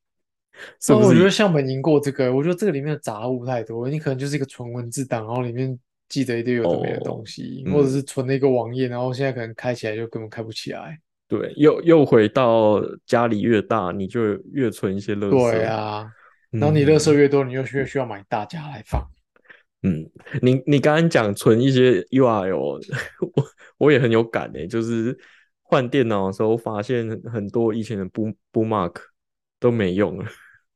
[SPEAKER 2] 是
[SPEAKER 1] 哦，
[SPEAKER 2] 不
[SPEAKER 1] 我觉得
[SPEAKER 2] 是？
[SPEAKER 1] 像本赢过这个，我觉得这个里面的杂物太多，你可能就是一个纯文字档，然后里面记着一堆有的没的
[SPEAKER 2] 哦
[SPEAKER 1] 东，西，或者
[SPEAKER 2] 嗯，
[SPEAKER 1] 是存了一个网页，然后现在可能开起来就根本开不起来。
[SPEAKER 2] 对，又又回到家里越大，你就越存一些
[SPEAKER 1] 对
[SPEAKER 2] 垃圾，
[SPEAKER 1] 啊，然后你垃圾
[SPEAKER 2] 嗯。
[SPEAKER 1] 越多，你又需需要买大家来放。
[SPEAKER 2] 嗯，你你刚刚讲存一些 URL，我 我也很有感诶、就是换电脑的时候发现很很多以前的 boom bookmark 都没用了，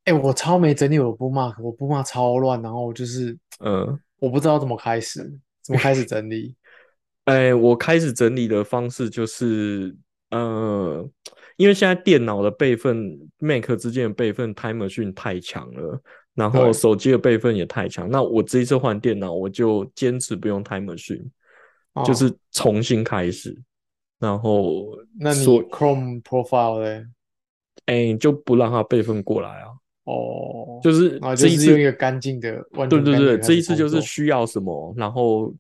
[SPEAKER 1] 哎、我超没整理我的 bookmark，我 bookmark 超乱，然后我就是
[SPEAKER 2] 嗯，
[SPEAKER 1] 我不知道怎么开始，怎么开始整 理。
[SPEAKER 2] 哎，我开始整理的方式就是，呃，因为现在电脑的备份、Mac 之间的备份 Time Machine 太强了，然后
[SPEAKER 1] 对，
[SPEAKER 2] 手机的备份也太强，那我这一次换电脑，我就坚持不用 Time Machine，就
[SPEAKER 1] 哦，
[SPEAKER 2] 是重新开始，然后
[SPEAKER 1] 那
[SPEAKER 2] 所
[SPEAKER 1] 你 Chrome profile 嘞？
[SPEAKER 2] 哎、就不让它备份过来啊。
[SPEAKER 1] 哦，
[SPEAKER 2] 就是
[SPEAKER 1] 然后
[SPEAKER 2] 这
[SPEAKER 1] 就
[SPEAKER 2] 一
[SPEAKER 1] 是用
[SPEAKER 2] 次，
[SPEAKER 1] 一个干净的、完
[SPEAKER 2] 对
[SPEAKER 1] 全干
[SPEAKER 2] 对
[SPEAKER 1] 净
[SPEAKER 2] 对，
[SPEAKER 1] 的开
[SPEAKER 2] 这
[SPEAKER 1] 始
[SPEAKER 2] 一次
[SPEAKER 1] 工
[SPEAKER 2] 就是
[SPEAKER 1] 作。
[SPEAKER 2] 需要什么，然后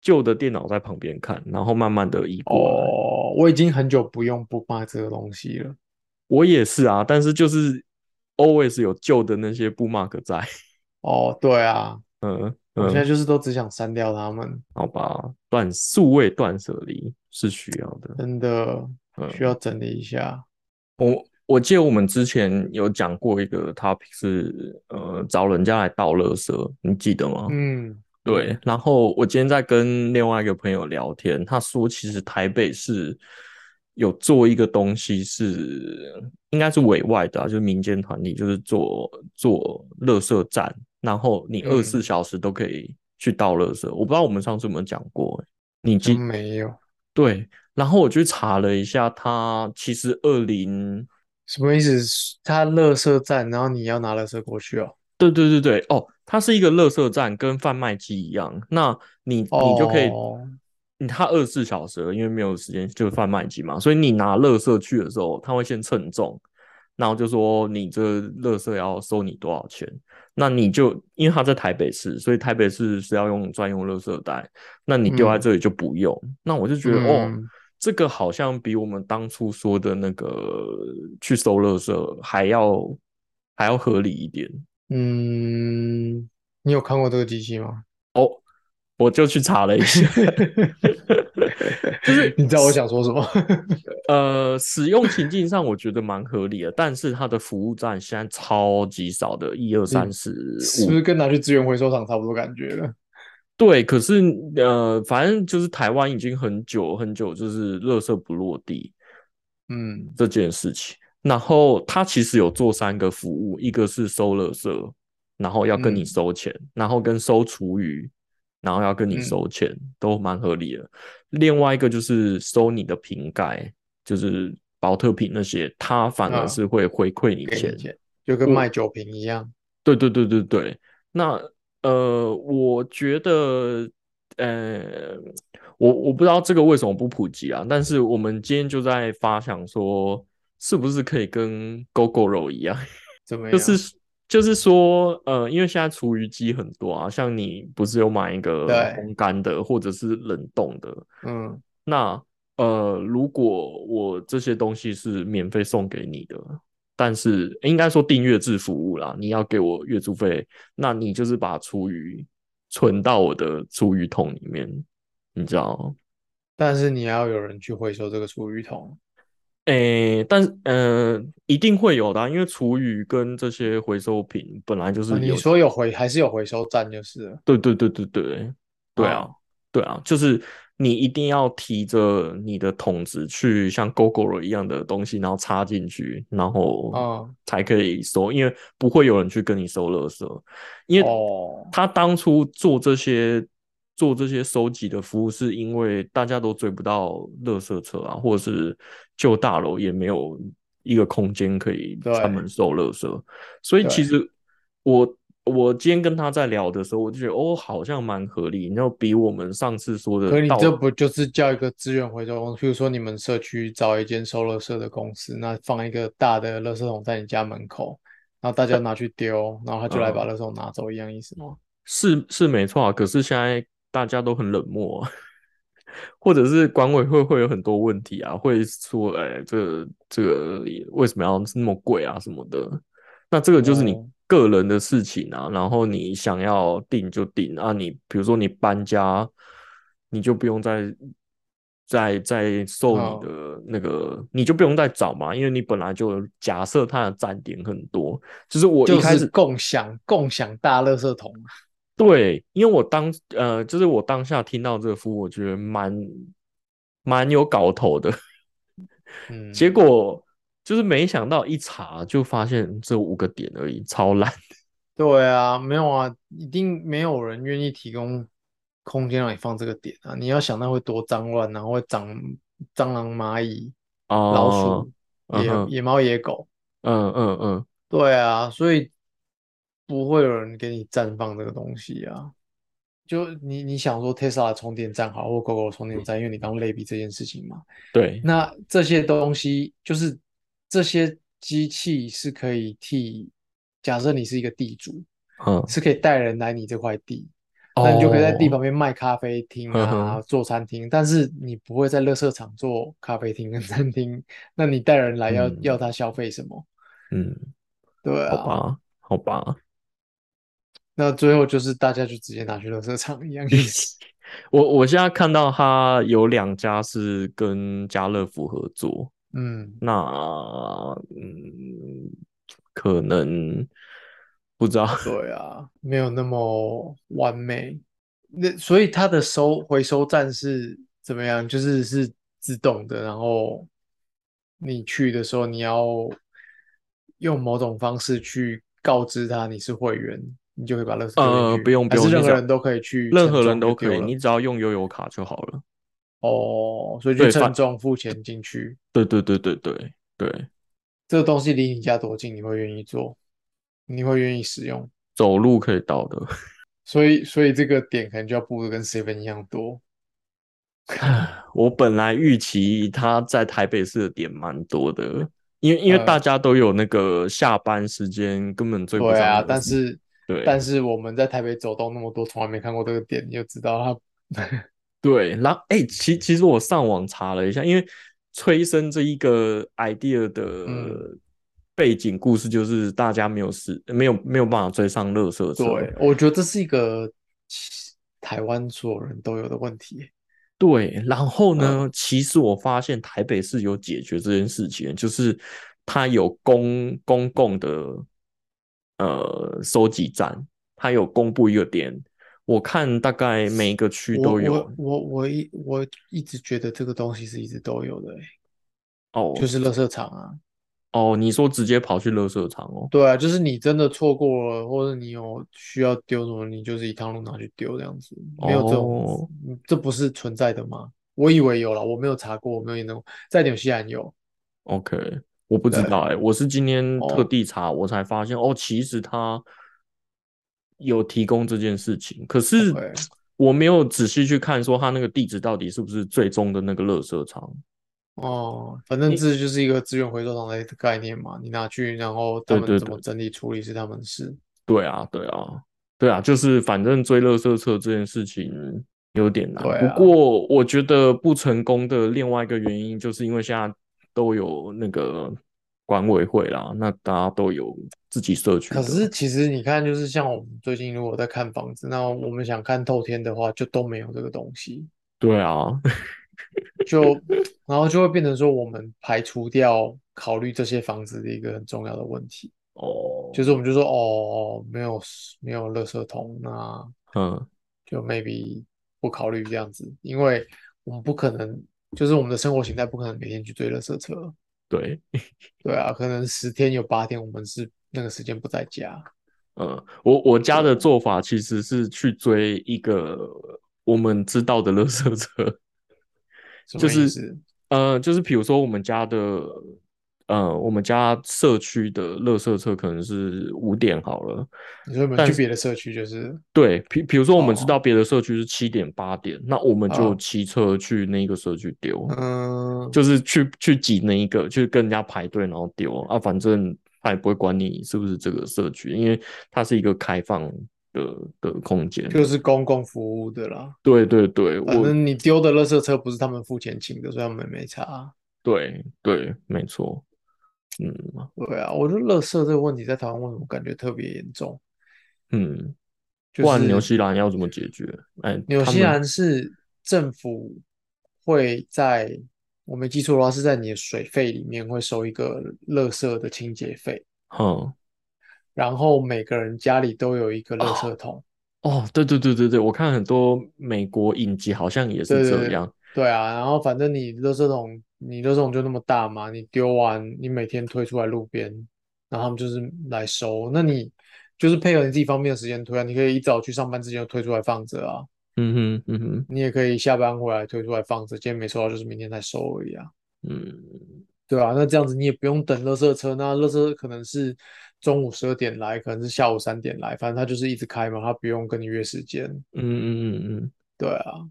[SPEAKER 2] 旧的电脑在旁边看，然后慢慢的移过来。
[SPEAKER 1] 哦，我已经很久不用 bookmark 这个东西了。
[SPEAKER 2] 我也是啊，但是就是 always 有旧的那些 bookmark 在，
[SPEAKER 1] 哦，对啊，
[SPEAKER 2] 嗯
[SPEAKER 1] 我现在
[SPEAKER 2] 嗯，
[SPEAKER 1] 就是都只想删掉它们，
[SPEAKER 2] 好吧，断数位断舍离是需要的，
[SPEAKER 1] 真的需
[SPEAKER 2] 嗯。
[SPEAKER 1] 要整理一下。
[SPEAKER 2] 我我记得我们之前有讲过一个 topic 是，呃，找人家来倒垃圾，你记得吗？
[SPEAKER 1] 嗯
[SPEAKER 2] 对，
[SPEAKER 1] 嗯，
[SPEAKER 2] 然后我今天在跟另外一个朋友聊天，他说其实台北是有做一个东西是应该是委外的啊，就是民间团体，就是做做垃圾站，然后你二十四
[SPEAKER 1] 嗯，
[SPEAKER 2] 小时都可以去倒垃圾。我不知道我们上次有没有讲过欸，你
[SPEAKER 1] 好像
[SPEAKER 2] 记，
[SPEAKER 1] 没有，
[SPEAKER 2] 对，然后我去查了一下，它其实二零。
[SPEAKER 1] 什么意思？是它垃圾站，然后你要拿垃圾过去哦。
[SPEAKER 2] 对对对对，哦，它是一个垃圾站，跟贩卖机一样。那你你就可以，
[SPEAKER 1] 哦，
[SPEAKER 2] 你它二十四小时了，因为没有时间就是贩卖机嘛，所以你拿垃圾去的时候，它会先称重，然后就说你这垃圾要收你多少钱。那你就因为它在台北市，所以台北市是要用专用垃圾袋，那你丢在
[SPEAKER 1] 嗯
[SPEAKER 2] 这里就不用。那我就觉得哦，
[SPEAKER 1] 嗯，
[SPEAKER 2] 这个好像比我们当初说的那个去收垃圾还要还要合理一点。
[SPEAKER 1] 嗯，你有看过这个机器吗？
[SPEAKER 2] 我就去查了一下， 就是
[SPEAKER 1] 你知道我想说什么？
[SPEAKER 2] 呃，使用情境上我觉得蛮合理的，但是它的服务站现在超级少的，一二三
[SPEAKER 1] 你
[SPEAKER 2] 四
[SPEAKER 1] 是不
[SPEAKER 2] 五，
[SPEAKER 1] 是跟拿去资源回收厂差不多感觉了？
[SPEAKER 2] 对，可是呃，反正就是台湾已经很久很久就是垃圾不落地
[SPEAKER 1] 嗯
[SPEAKER 2] 这件事情，然后它其实有做三个服务，一个是收垃圾，然后要跟你
[SPEAKER 1] 嗯
[SPEAKER 2] 收钱，然后跟收厨余，然后要跟你
[SPEAKER 1] 嗯，
[SPEAKER 2] 收钱，都蛮合理的。另外一个就是收你的瓶盖，就是保特瓶那些，它反而
[SPEAKER 1] 啊。
[SPEAKER 2] 是会回馈你
[SPEAKER 1] 给
[SPEAKER 2] 钱。
[SPEAKER 1] 你钱，就跟卖
[SPEAKER 2] 我，
[SPEAKER 1] 酒瓶一样。
[SPEAKER 2] 对对对对对，那呃，我觉得。呃，我我不知道这个为什么不普及啊，但是我们今天就在发想说，是不是可以跟 GoGoRo 一样，
[SPEAKER 1] 怎么样？
[SPEAKER 2] 就是就是说，呃，因为现在厨余机很多啊，像你不是有买一个
[SPEAKER 1] 对
[SPEAKER 2] 烘干的或者是冷冻的，
[SPEAKER 1] 嗯，
[SPEAKER 2] 那呃，如果我这些东西是免费送给你的，但是应该说订阅制服务啦，你要给我月租费，那你就是把厨余存到我的厨余桶里面，你知道？
[SPEAKER 1] 但是你要有人去回收这个厨余桶，
[SPEAKER 2] 诶，但是呃，一定会有的啊因为厨余跟这些回收品本来就是
[SPEAKER 1] 哦你
[SPEAKER 2] 有
[SPEAKER 1] 说有回还是有回收站就是了，
[SPEAKER 2] 对对对对对，对啊，
[SPEAKER 1] 哦
[SPEAKER 2] 对啊，就是你一定要提着你的桶子去像 GoGoRo 一样的东西，然后插进去，然后
[SPEAKER 1] 嗯
[SPEAKER 2] 才可以收，因为不会有人去跟你收垃圾，因为
[SPEAKER 1] 哦，
[SPEAKER 2] 他当初做这些做这些收集的服务，是因为大家都追不到垃圾车啊，或者是旧大楼也没有一个空间可以
[SPEAKER 1] 对
[SPEAKER 2] 专门收垃圾，所以
[SPEAKER 1] 对
[SPEAKER 2] 其实我我今天跟他在聊的时候，我就觉得哦，好像蛮合理，然后比我们上次说
[SPEAKER 1] 可
[SPEAKER 2] 的
[SPEAKER 1] 你
[SPEAKER 2] 道
[SPEAKER 1] 这不就是叫一个资源回收公司？比如说你们社区找一间收垃圾的公司，那放一个大的垃圾桶在你家门口，然后大家拿去丢，然后他就来把垃圾桶拿走，一样意思吗？
[SPEAKER 2] 是是没错啊，可是现在大家都很冷漠啊、 或者是管委会会有很多问题啊，会说，哎，这个这个为什么要那么贵啊什么的？那这个就是你
[SPEAKER 1] 哦
[SPEAKER 2] 个人的事情啊，然后你想要定就定啊你，比如说你搬家，你就不用再再再受
[SPEAKER 1] 哦
[SPEAKER 2] 你的那个，你就不用再找嘛，因为你本来就假设它的站点很多，就是我一
[SPEAKER 1] 就
[SPEAKER 2] 开
[SPEAKER 1] 是
[SPEAKER 2] 始
[SPEAKER 1] 共享共享大垃圾桶，啊
[SPEAKER 2] 对，因为我当呃，就是我当下听到这个服务，我觉得蛮蛮有搞头的。
[SPEAKER 1] 嗯，
[SPEAKER 2] 结果就是没想到一查就发现这五个点而已，超烂。
[SPEAKER 1] 对啊，没有啊，一定没有人愿意提供空间让你放这个点啊！你要想那会多脏乱，然后会长蟑螂、蚂蚁、老
[SPEAKER 2] 哦
[SPEAKER 1] 鼠、，
[SPEAKER 2] 嗯
[SPEAKER 1] 野
[SPEAKER 2] 哼，
[SPEAKER 1] 野猫、野狗。
[SPEAKER 2] 嗯嗯嗯，
[SPEAKER 1] 对啊，所以不会有人给你绽放这个东西啊。就你你想说 Tesla 的充电站好，或 GoGo 充电站，因为你刚刚类比这件事情嘛。
[SPEAKER 2] 对，
[SPEAKER 1] 那这些东西就是这些机器是可以替，假设你是一个地主，
[SPEAKER 2] 嗯，
[SPEAKER 1] 是可以带人来你这块地，那你就可以在地
[SPEAKER 2] 哦，
[SPEAKER 1] 旁边卖咖啡厅
[SPEAKER 2] 呵
[SPEAKER 1] 啊，
[SPEAKER 2] 呵，
[SPEAKER 1] 做餐厅，但是你不会在垃圾场做咖啡厅跟餐厅，那你带人来要要他
[SPEAKER 2] 嗯
[SPEAKER 1] 消费什么？
[SPEAKER 2] 嗯，
[SPEAKER 1] 对
[SPEAKER 2] 好
[SPEAKER 1] 啊，
[SPEAKER 2] 吧，好吧。
[SPEAKER 1] 那最后就是大家就直接拿去垃圾场一样意思。
[SPEAKER 2] 我我现在看到它有两家是跟家乐福合作，
[SPEAKER 1] 嗯，
[SPEAKER 2] 那嗯，可能不知道，
[SPEAKER 1] 对啊，没有那么完美。那所以它的收回收站是怎么样？就是是自动的，然后你去的时候你要用某种方式去告知他你是会员，你就可以把垃圾丢进
[SPEAKER 2] 呃，
[SPEAKER 1] 去，
[SPEAKER 2] 不用不
[SPEAKER 1] 还是
[SPEAKER 2] 用，
[SPEAKER 1] 任
[SPEAKER 2] 你
[SPEAKER 1] 何
[SPEAKER 2] 只要
[SPEAKER 1] 人都可以去
[SPEAKER 2] 任
[SPEAKER 1] 称
[SPEAKER 2] 何
[SPEAKER 1] 重
[SPEAKER 2] 人
[SPEAKER 1] 就
[SPEAKER 2] 都可
[SPEAKER 1] 丢
[SPEAKER 2] 以，你
[SPEAKER 1] 了？
[SPEAKER 2] 只要用悠游卡就好了。
[SPEAKER 1] 哦，所以就
[SPEAKER 2] 对，
[SPEAKER 1] 称
[SPEAKER 2] 反
[SPEAKER 1] 重付钱进去，
[SPEAKER 2] 对对对对对对，
[SPEAKER 1] 这个东西离你家多近，你会愿意做？你会愿意使用？
[SPEAKER 2] 走路可以到的。
[SPEAKER 1] 所以，所以这个点可能就要布的跟 Seven 一样多。
[SPEAKER 2] 我本来预期他在台北市的点蛮多的，因为因为大
[SPEAKER 1] 呃，
[SPEAKER 2] 家都有那个下班时间，根本追不
[SPEAKER 1] 对
[SPEAKER 2] 上
[SPEAKER 1] 啊，
[SPEAKER 2] 那个。
[SPEAKER 1] 但是，但
[SPEAKER 2] 对
[SPEAKER 1] 是我们在台北走动那么多，从来没看过这个点，你就知道它
[SPEAKER 2] 对，然后哎，诶其其实我上网查了一下，因为催生这一个 idea
[SPEAKER 1] 嗯，
[SPEAKER 2] 的背景故事就是大家没有时没有没有办法追上垃圾车。
[SPEAKER 1] 对，我觉得这是一个其台湾所有人都有的问题。
[SPEAKER 2] 对，然后呢，
[SPEAKER 1] 嗯，
[SPEAKER 2] 其实我发现台北市有解决这件事情，就是它有公公共的呃收集站，它有公布一个点，我看大概每一个区
[SPEAKER 1] 我
[SPEAKER 2] 都
[SPEAKER 1] 我
[SPEAKER 2] 有
[SPEAKER 1] 我我一我一直觉得这个东西是一直都有的欸，就
[SPEAKER 2] 哦
[SPEAKER 1] 是垃圾场啊。
[SPEAKER 2] 哦，你说直接跑去垃圾场哦，
[SPEAKER 1] 对啊，就是你真的错过了，或者你有需要丢什么，你就是一趟路拿去丢这样子，没有这种，
[SPEAKER 2] 哦
[SPEAKER 1] 嗯这不是存在的吗？我以为有了，我没有查过，我没有研究过，在纽西兰有，
[SPEAKER 2] ，OK，我不知
[SPEAKER 1] 对，
[SPEAKER 2] 道哎，我是今天特
[SPEAKER 1] 哦，
[SPEAKER 2] 地查，我才发现哦，其实它有提供这件事情，可是
[SPEAKER 1] OK，
[SPEAKER 2] 我没有仔细去看说它那个地址到底是不是最终的那个垃圾场。
[SPEAKER 1] 哦，反正这就是一个资源回收厂的概念嘛，你拿去，然后他
[SPEAKER 2] 对
[SPEAKER 1] 们
[SPEAKER 2] 对
[SPEAKER 1] 怎么整理处理是他们的事。
[SPEAKER 2] 对啊，对啊，对啊，就是反正追垃圾车这件事情有点难。
[SPEAKER 1] 对啊
[SPEAKER 2] 不过我觉得不成功的另外一个原因，就是因为现在都有那个管委会啦，那大家都有自己社区的。
[SPEAKER 1] 可是其实你看，就是像我们最近如果在看房子，那我们想看透天的话，就都没有这个东西，
[SPEAKER 2] 对 啊，
[SPEAKER 1] 就然后就会变成说，我们排除掉考虑这些房子的一个很重要的问题，
[SPEAKER 2] 哦，
[SPEAKER 1] 就是我们就说哦，没有没有垃圾桶，那
[SPEAKER 2] 嗯，
[SPEAKER 1] 就 maybe 不考虑这样子，因为我们不可能，就是我们的生活形态不可能每天去追垃圾车，
[SPEAKER 2] 对，
[SPEAKER 1] 对啊，可能十天有八天我们是那个时间不在家，
[SPEAKER 2] 嗯，我我家的做法其实是去追一个我们知道的垃圾车。
[SPEAKER 1] 什
[SPEAKER 2] 就
[SPEAKER 1] 么意
[SPEAKER 2] 是
[SPEAKER 1] 思？
[SPEAKER 2] 呃，就是比如说我们家的，呃，我们家社区的垃圾车可能是五点好了，
[SPEAKER 1] 你说有没有
[SPEAKER 2] 但
[SPEAKER 1] 去
[SPEAKER 2] 是
[SPEAKER 1] 别的社区？就是
[SPEAKER 2] 对，比比如说我们知
[SPEAKER 1] 哦
[SPEAKER 2] 道别的社区是七点八点，那我们就
[SPEAKER 1] 啊
[SPEAKER 2] 骑车去那个社区丢，
[SPEAKER 1] 嗯，
[SPEAKER 2] 就是去去挤那一个，去跟人家排队然后丢啊，反正他也不会管你是不是这个社区，因为它是一个开放的的空间。
[SPEAKER 1] 就是公共服务的啦。
[SPEAKER 2] 对对对，
[SPEAKER 1] 反
[SPEAKER 2] 我
[SPEAKER 1] 正你丢的垃圾车不是他们付钱请的，所以他们没差。
[SPEAKER 2] 对对，没错，嗯
[SPEAKER 1] 对啊，我觉得垃圾这个问题在台湾为什么感觉特别严重？
[SPEAKER 2] 嗯。
[SPEAKER 1] 就
[SPEAKER 2] 不然纽
[SPEAKER 1] 是
[SPEAKER 2] 西兰要怎么解决？哎，
[SPEAKER 1] 纽
[SPEAKER 2] 他
[SPEAKER 1] 西
[SPEAKER 2] 们
[SPEAKER 1] 兰是政府会在，我没记错的话是在你的水费里面会收一个垃圾的清洁费，
[SPEAKER 2] 哼，
[SPEAKER 1] 然后每个人家里都有一个垃圾桶。
[SPEAKER 2] 哦，对对对对对，我看很多美国影集好像也
[SPEAKER 1] 对
[SPEAKER 2] 是
[SPEAKER 1] 对
[SPEAKER 2] 这
[SPEAKER 1] 对
[SPEAKER 2] 样。
[SPEAKER 1] 对啊，然后反正你垃圾桶，你垃圾桶就那么大嘛，你丢完，你每天推出来路边，然后他们就是来收。那你就是配合你自己方便的时间推啊，你可以一早去上班之前就推出来放着啊，
[SPEAKER 2] 嗯哼，嗯哼，
[SPEAKER 1] 你也可以下班回来推出来放着，今天没收到就是明天再收而已啊，
[SPEAKER 2] 嗯，
[SPEAKER 1] 对啊，那这样子你也不用等垃圾车，那垃圾车可能是中午十二点来，可能是下午三点来，反正它就是一直开嘛，它不用跟你约时间，
[SPEAKER 2] 嗯嗯嗯嗯，
[SPEAKER 1] 对啊。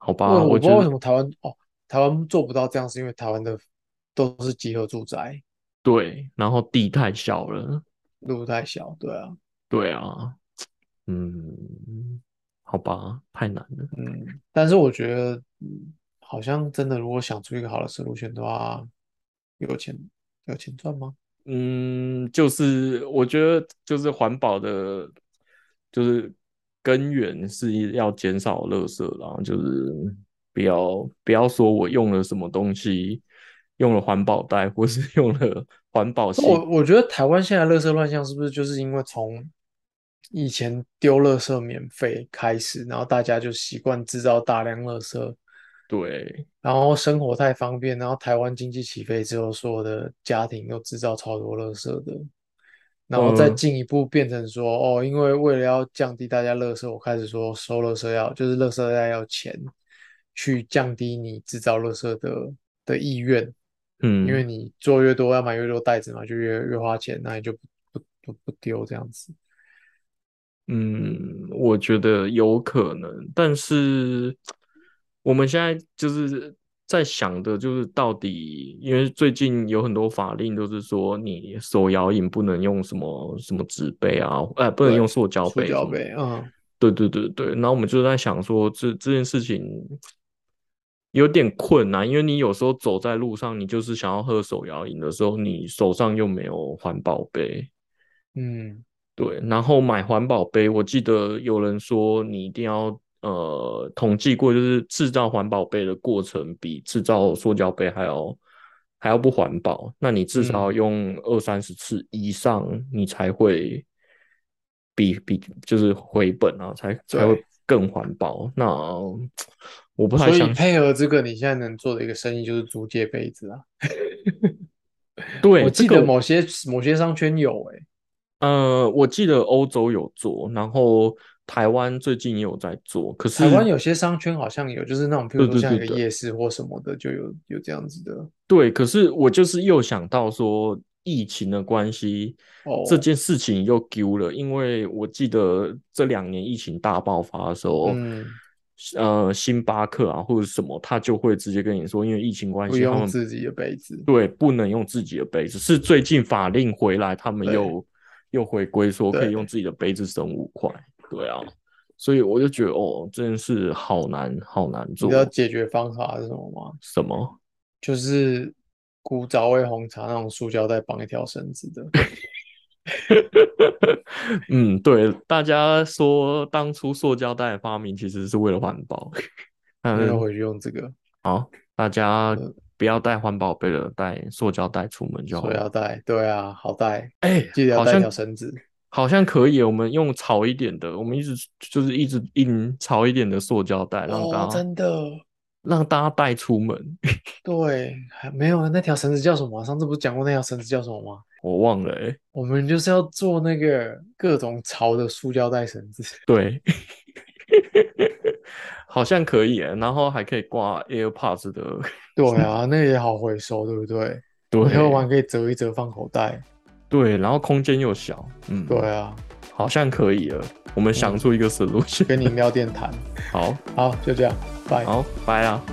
[SPEAKER 2] 好
[SPEAKER 1] 我
[SPEAKER 2] 吧，
[SPEAKER 1] 我
[SPEAKER 2] 啊我
[SPEAKER 1] 不知
[SPEAKER 2] 觉
[SPEAKER 1] 道为什
[SPEAKER 2] 得
[SPEAKER 1] 么台湾哦，台湾做不到这样，是因为台湾的都是集合住宅，
[SPEAKER 2] 对，然后地太小了，
[SPEAKER 1] 路太小，对啊，
[SPEAKER 2] 对啊，嗯，好吧，太难了，
[SPEAKER 1] 嗯，但是我觉得，嗯，好像真的如果想出一个好的 solution 的话，有钱有钱赚吗？
[SPEAKER 2] 嗯，就是我觉得就是环保的，就是根源是要减少垃圾啦，然后就是不要不要说我用了什么东西，用了环保袋或是 用了环保
[SPEAKER 1] 那
[SPEAKER 2] 系，
[SPEAKER 1] 我我觉得台湾现在垃圾乱象是不是就是因为从以前丢垃圾免费开始，然后大家就习惯制造大量垃圾，
[SPEAKER 2] 对，
[SPEAKER 1] 然后生活太方便，然后台湾经济起飞之后，所有的家庭都制造超多垃圾的，然后再
[SPEAKER 2] 嗯
[SPEAKER 1] 进一步变成说，哦，因为为了要降低大家垃圾，我开始说收垃圾要，就是垃圾袋要钱，去降低你制造垃圾的的意愿，因为
[SPEAKER 2] 嗯
[SPEAKER 1] 你做越多，要买越多袋子嘛，就越越花钱，那你就不不不不丢这样子。
[SPEAKER 2] 嗯，我觉得有可能，但是我们现在就是在想的，就是到底，因为最近有很多法令都是说，你手摇饮不能用什么什么纸杯啊，呃，不能用
[SPEAKER 1] 对，
[SPEAKER 2] 塑胶
[SPEAKER 1] 塑
[SPEAKER 2] 杯什
[SPEAKER 1] 胶
[SPEAKER 2] 么的。
[SPEAKER 1] 杯，嗯，
[SPEAKER 2] 对对对对，然后我们就在想说，这这件事情有点困难，因为你有时候走在路上，你就是想要喝手摇饮的时候，你手上又没有环保杯。
[SPEAKER 1] 嗯，
[SPEAKER 2] 对，然后买环保杯，我记得有人说你一定要呃统计过，就是制造环保杯的过程比制造塑胶杯还要还要不环保。那你至少要
[SPEAKER 1] 嗯，
[SPEAKER 2] 用二三十次以上，你才会比比就是回本啊，才才会
[SPEAKER 1] 对。
[SPEAKER 2] 更环保。那我不太
[SPEAKER 1] 所以
[SPEAKER 2] 相信，
[SPEAKER 1] 配合这个，你现在能做的一个生意就是租借杯子啊。
[SPEAKER 2] 对
[SPEAKER 1] 我
[SPEAKER 2] 这
[SPEAKER 1] 记
[SPEAKER 2] 个
[SPEAKER 1] 得
[SPEAKER 2] 我。
[SPEAKER 1] 某些某些商圈有欸诶、
[SPEAKER 2] 呃，我记得欧洲有做，然后台湾最近也有在做，可
[SPEAKER 1] 台湾
[SPEAKER 2] 是
[SPEAKER 1] 有些商圈好像有，就是那种譬如说
[SPEAKER 2] 对对
[SPEAKER 1] 像
[SPEAKER 2] 对
[SPEAKER 1] 一个
[SPEAKER 2] 对。
[SPEAKER 1] 夜市或什么的，就有有这样子的。
[SPEAKER 2] 对，可是我就是又想到说，疫情的关系，
[SPEAKER 1] 哦，
[SPEAKER 2] 这件事情又丢了，因为我记得这两年疫情大爆发的时候，
[SPEAKER 1] 嗯，
[SPEAKER 2] 呃，星巴克啊或者什么，他就会直接跟你说，因为疫情关
[SPEAKER 1] 不
[SPEAKER 2] 系，他
[SPEAKER 1] 用
[SPEAKER 2] 们
[SPEAKER 1] 自己的杯子，
[SPEAKER 2] 对不能用自己的杯子，是最近法令回来，他们
[SPEAKER 1] 对
[SPEAKER 2] 又又回归说可
[SPEAKER 1] 对
[SPEAKER 2] 以用自己的杯子省五块，对啊，所以我就觉得哦，这件事好难，好难
[SPEAKER 1] 你
[SPEAKER 2] 做
[SPEAKER 1] 知，道解决方法是什么吗？
[SPEAKER 2] 什么？
[SPEAKER 1] 就是古早味红茶那种塑胶袋绑一条绳子的，
[SPEAKER 2] 嗯，对，大家说当初塑胶袋的发明其实是为了环保，
[SPEAKER 1] 没
[SPEAKER 2] 嗯
[SPEAKER 1] 有，回去用这个
[SPEAKER 2] 大家
[SPEAKER 1] 嗯
[SPEAKER 2] 不要带环保杯了，带塑胶袋出门就好
[SPEAKER 1] 塑
[SPEAKER 2] 了。
[SPEAKER 1] 料袋，对啊，好带，
[SPEAKER 2] 哎、
[SPEAKER 1] 记得要
[SPEAKER 2] 好
[SPEAKER 1] 带一
[SPEAKER 2] 像
[SPEAKER 1] 条绳子，
[SPEAKER 2] 好像可以，我们用潮一点的，我们一直就是一直印潮一点的塑胶袋，让大
[SPEAKER 1] 哦，
[SPEAKER 2] 家、
[SPEAKER 1] 真的，
[SPEAKER 2] 让大家带出门。
[SPEAKER 1] 对，还没有啊，那条绳子叫什么啊？上次不是讲过那条绳子叫什么吗？
[SPEAKER 2] 我忘了、欸，
[SPEAKER 1] 我们就是要做那个各种潮的塑胶带绳子，
[SPEAKER 2] 对， 好像可以、欸，然后还可以挂 AirPods 的，
[SPEAKER 1] 对啊，那也好回收，对不对？
[SPEAKER 2] 对
[SPEAKER 1] 以后玩可以折一折放口袋，
[SPEAKER 2] 对，然后空间又小，嗯，
[SPEAKER 1] 对，嗯啊，
[SPEAKER 2] 好像可以了。我们想出一个 solution，、
[SPEAKER 1] 跟饮料店谈。
[SPEAKER 2] 好，
[SPEAKER 1] 好，就这样，拜。
[SPEAKER 2] 好，拜啊。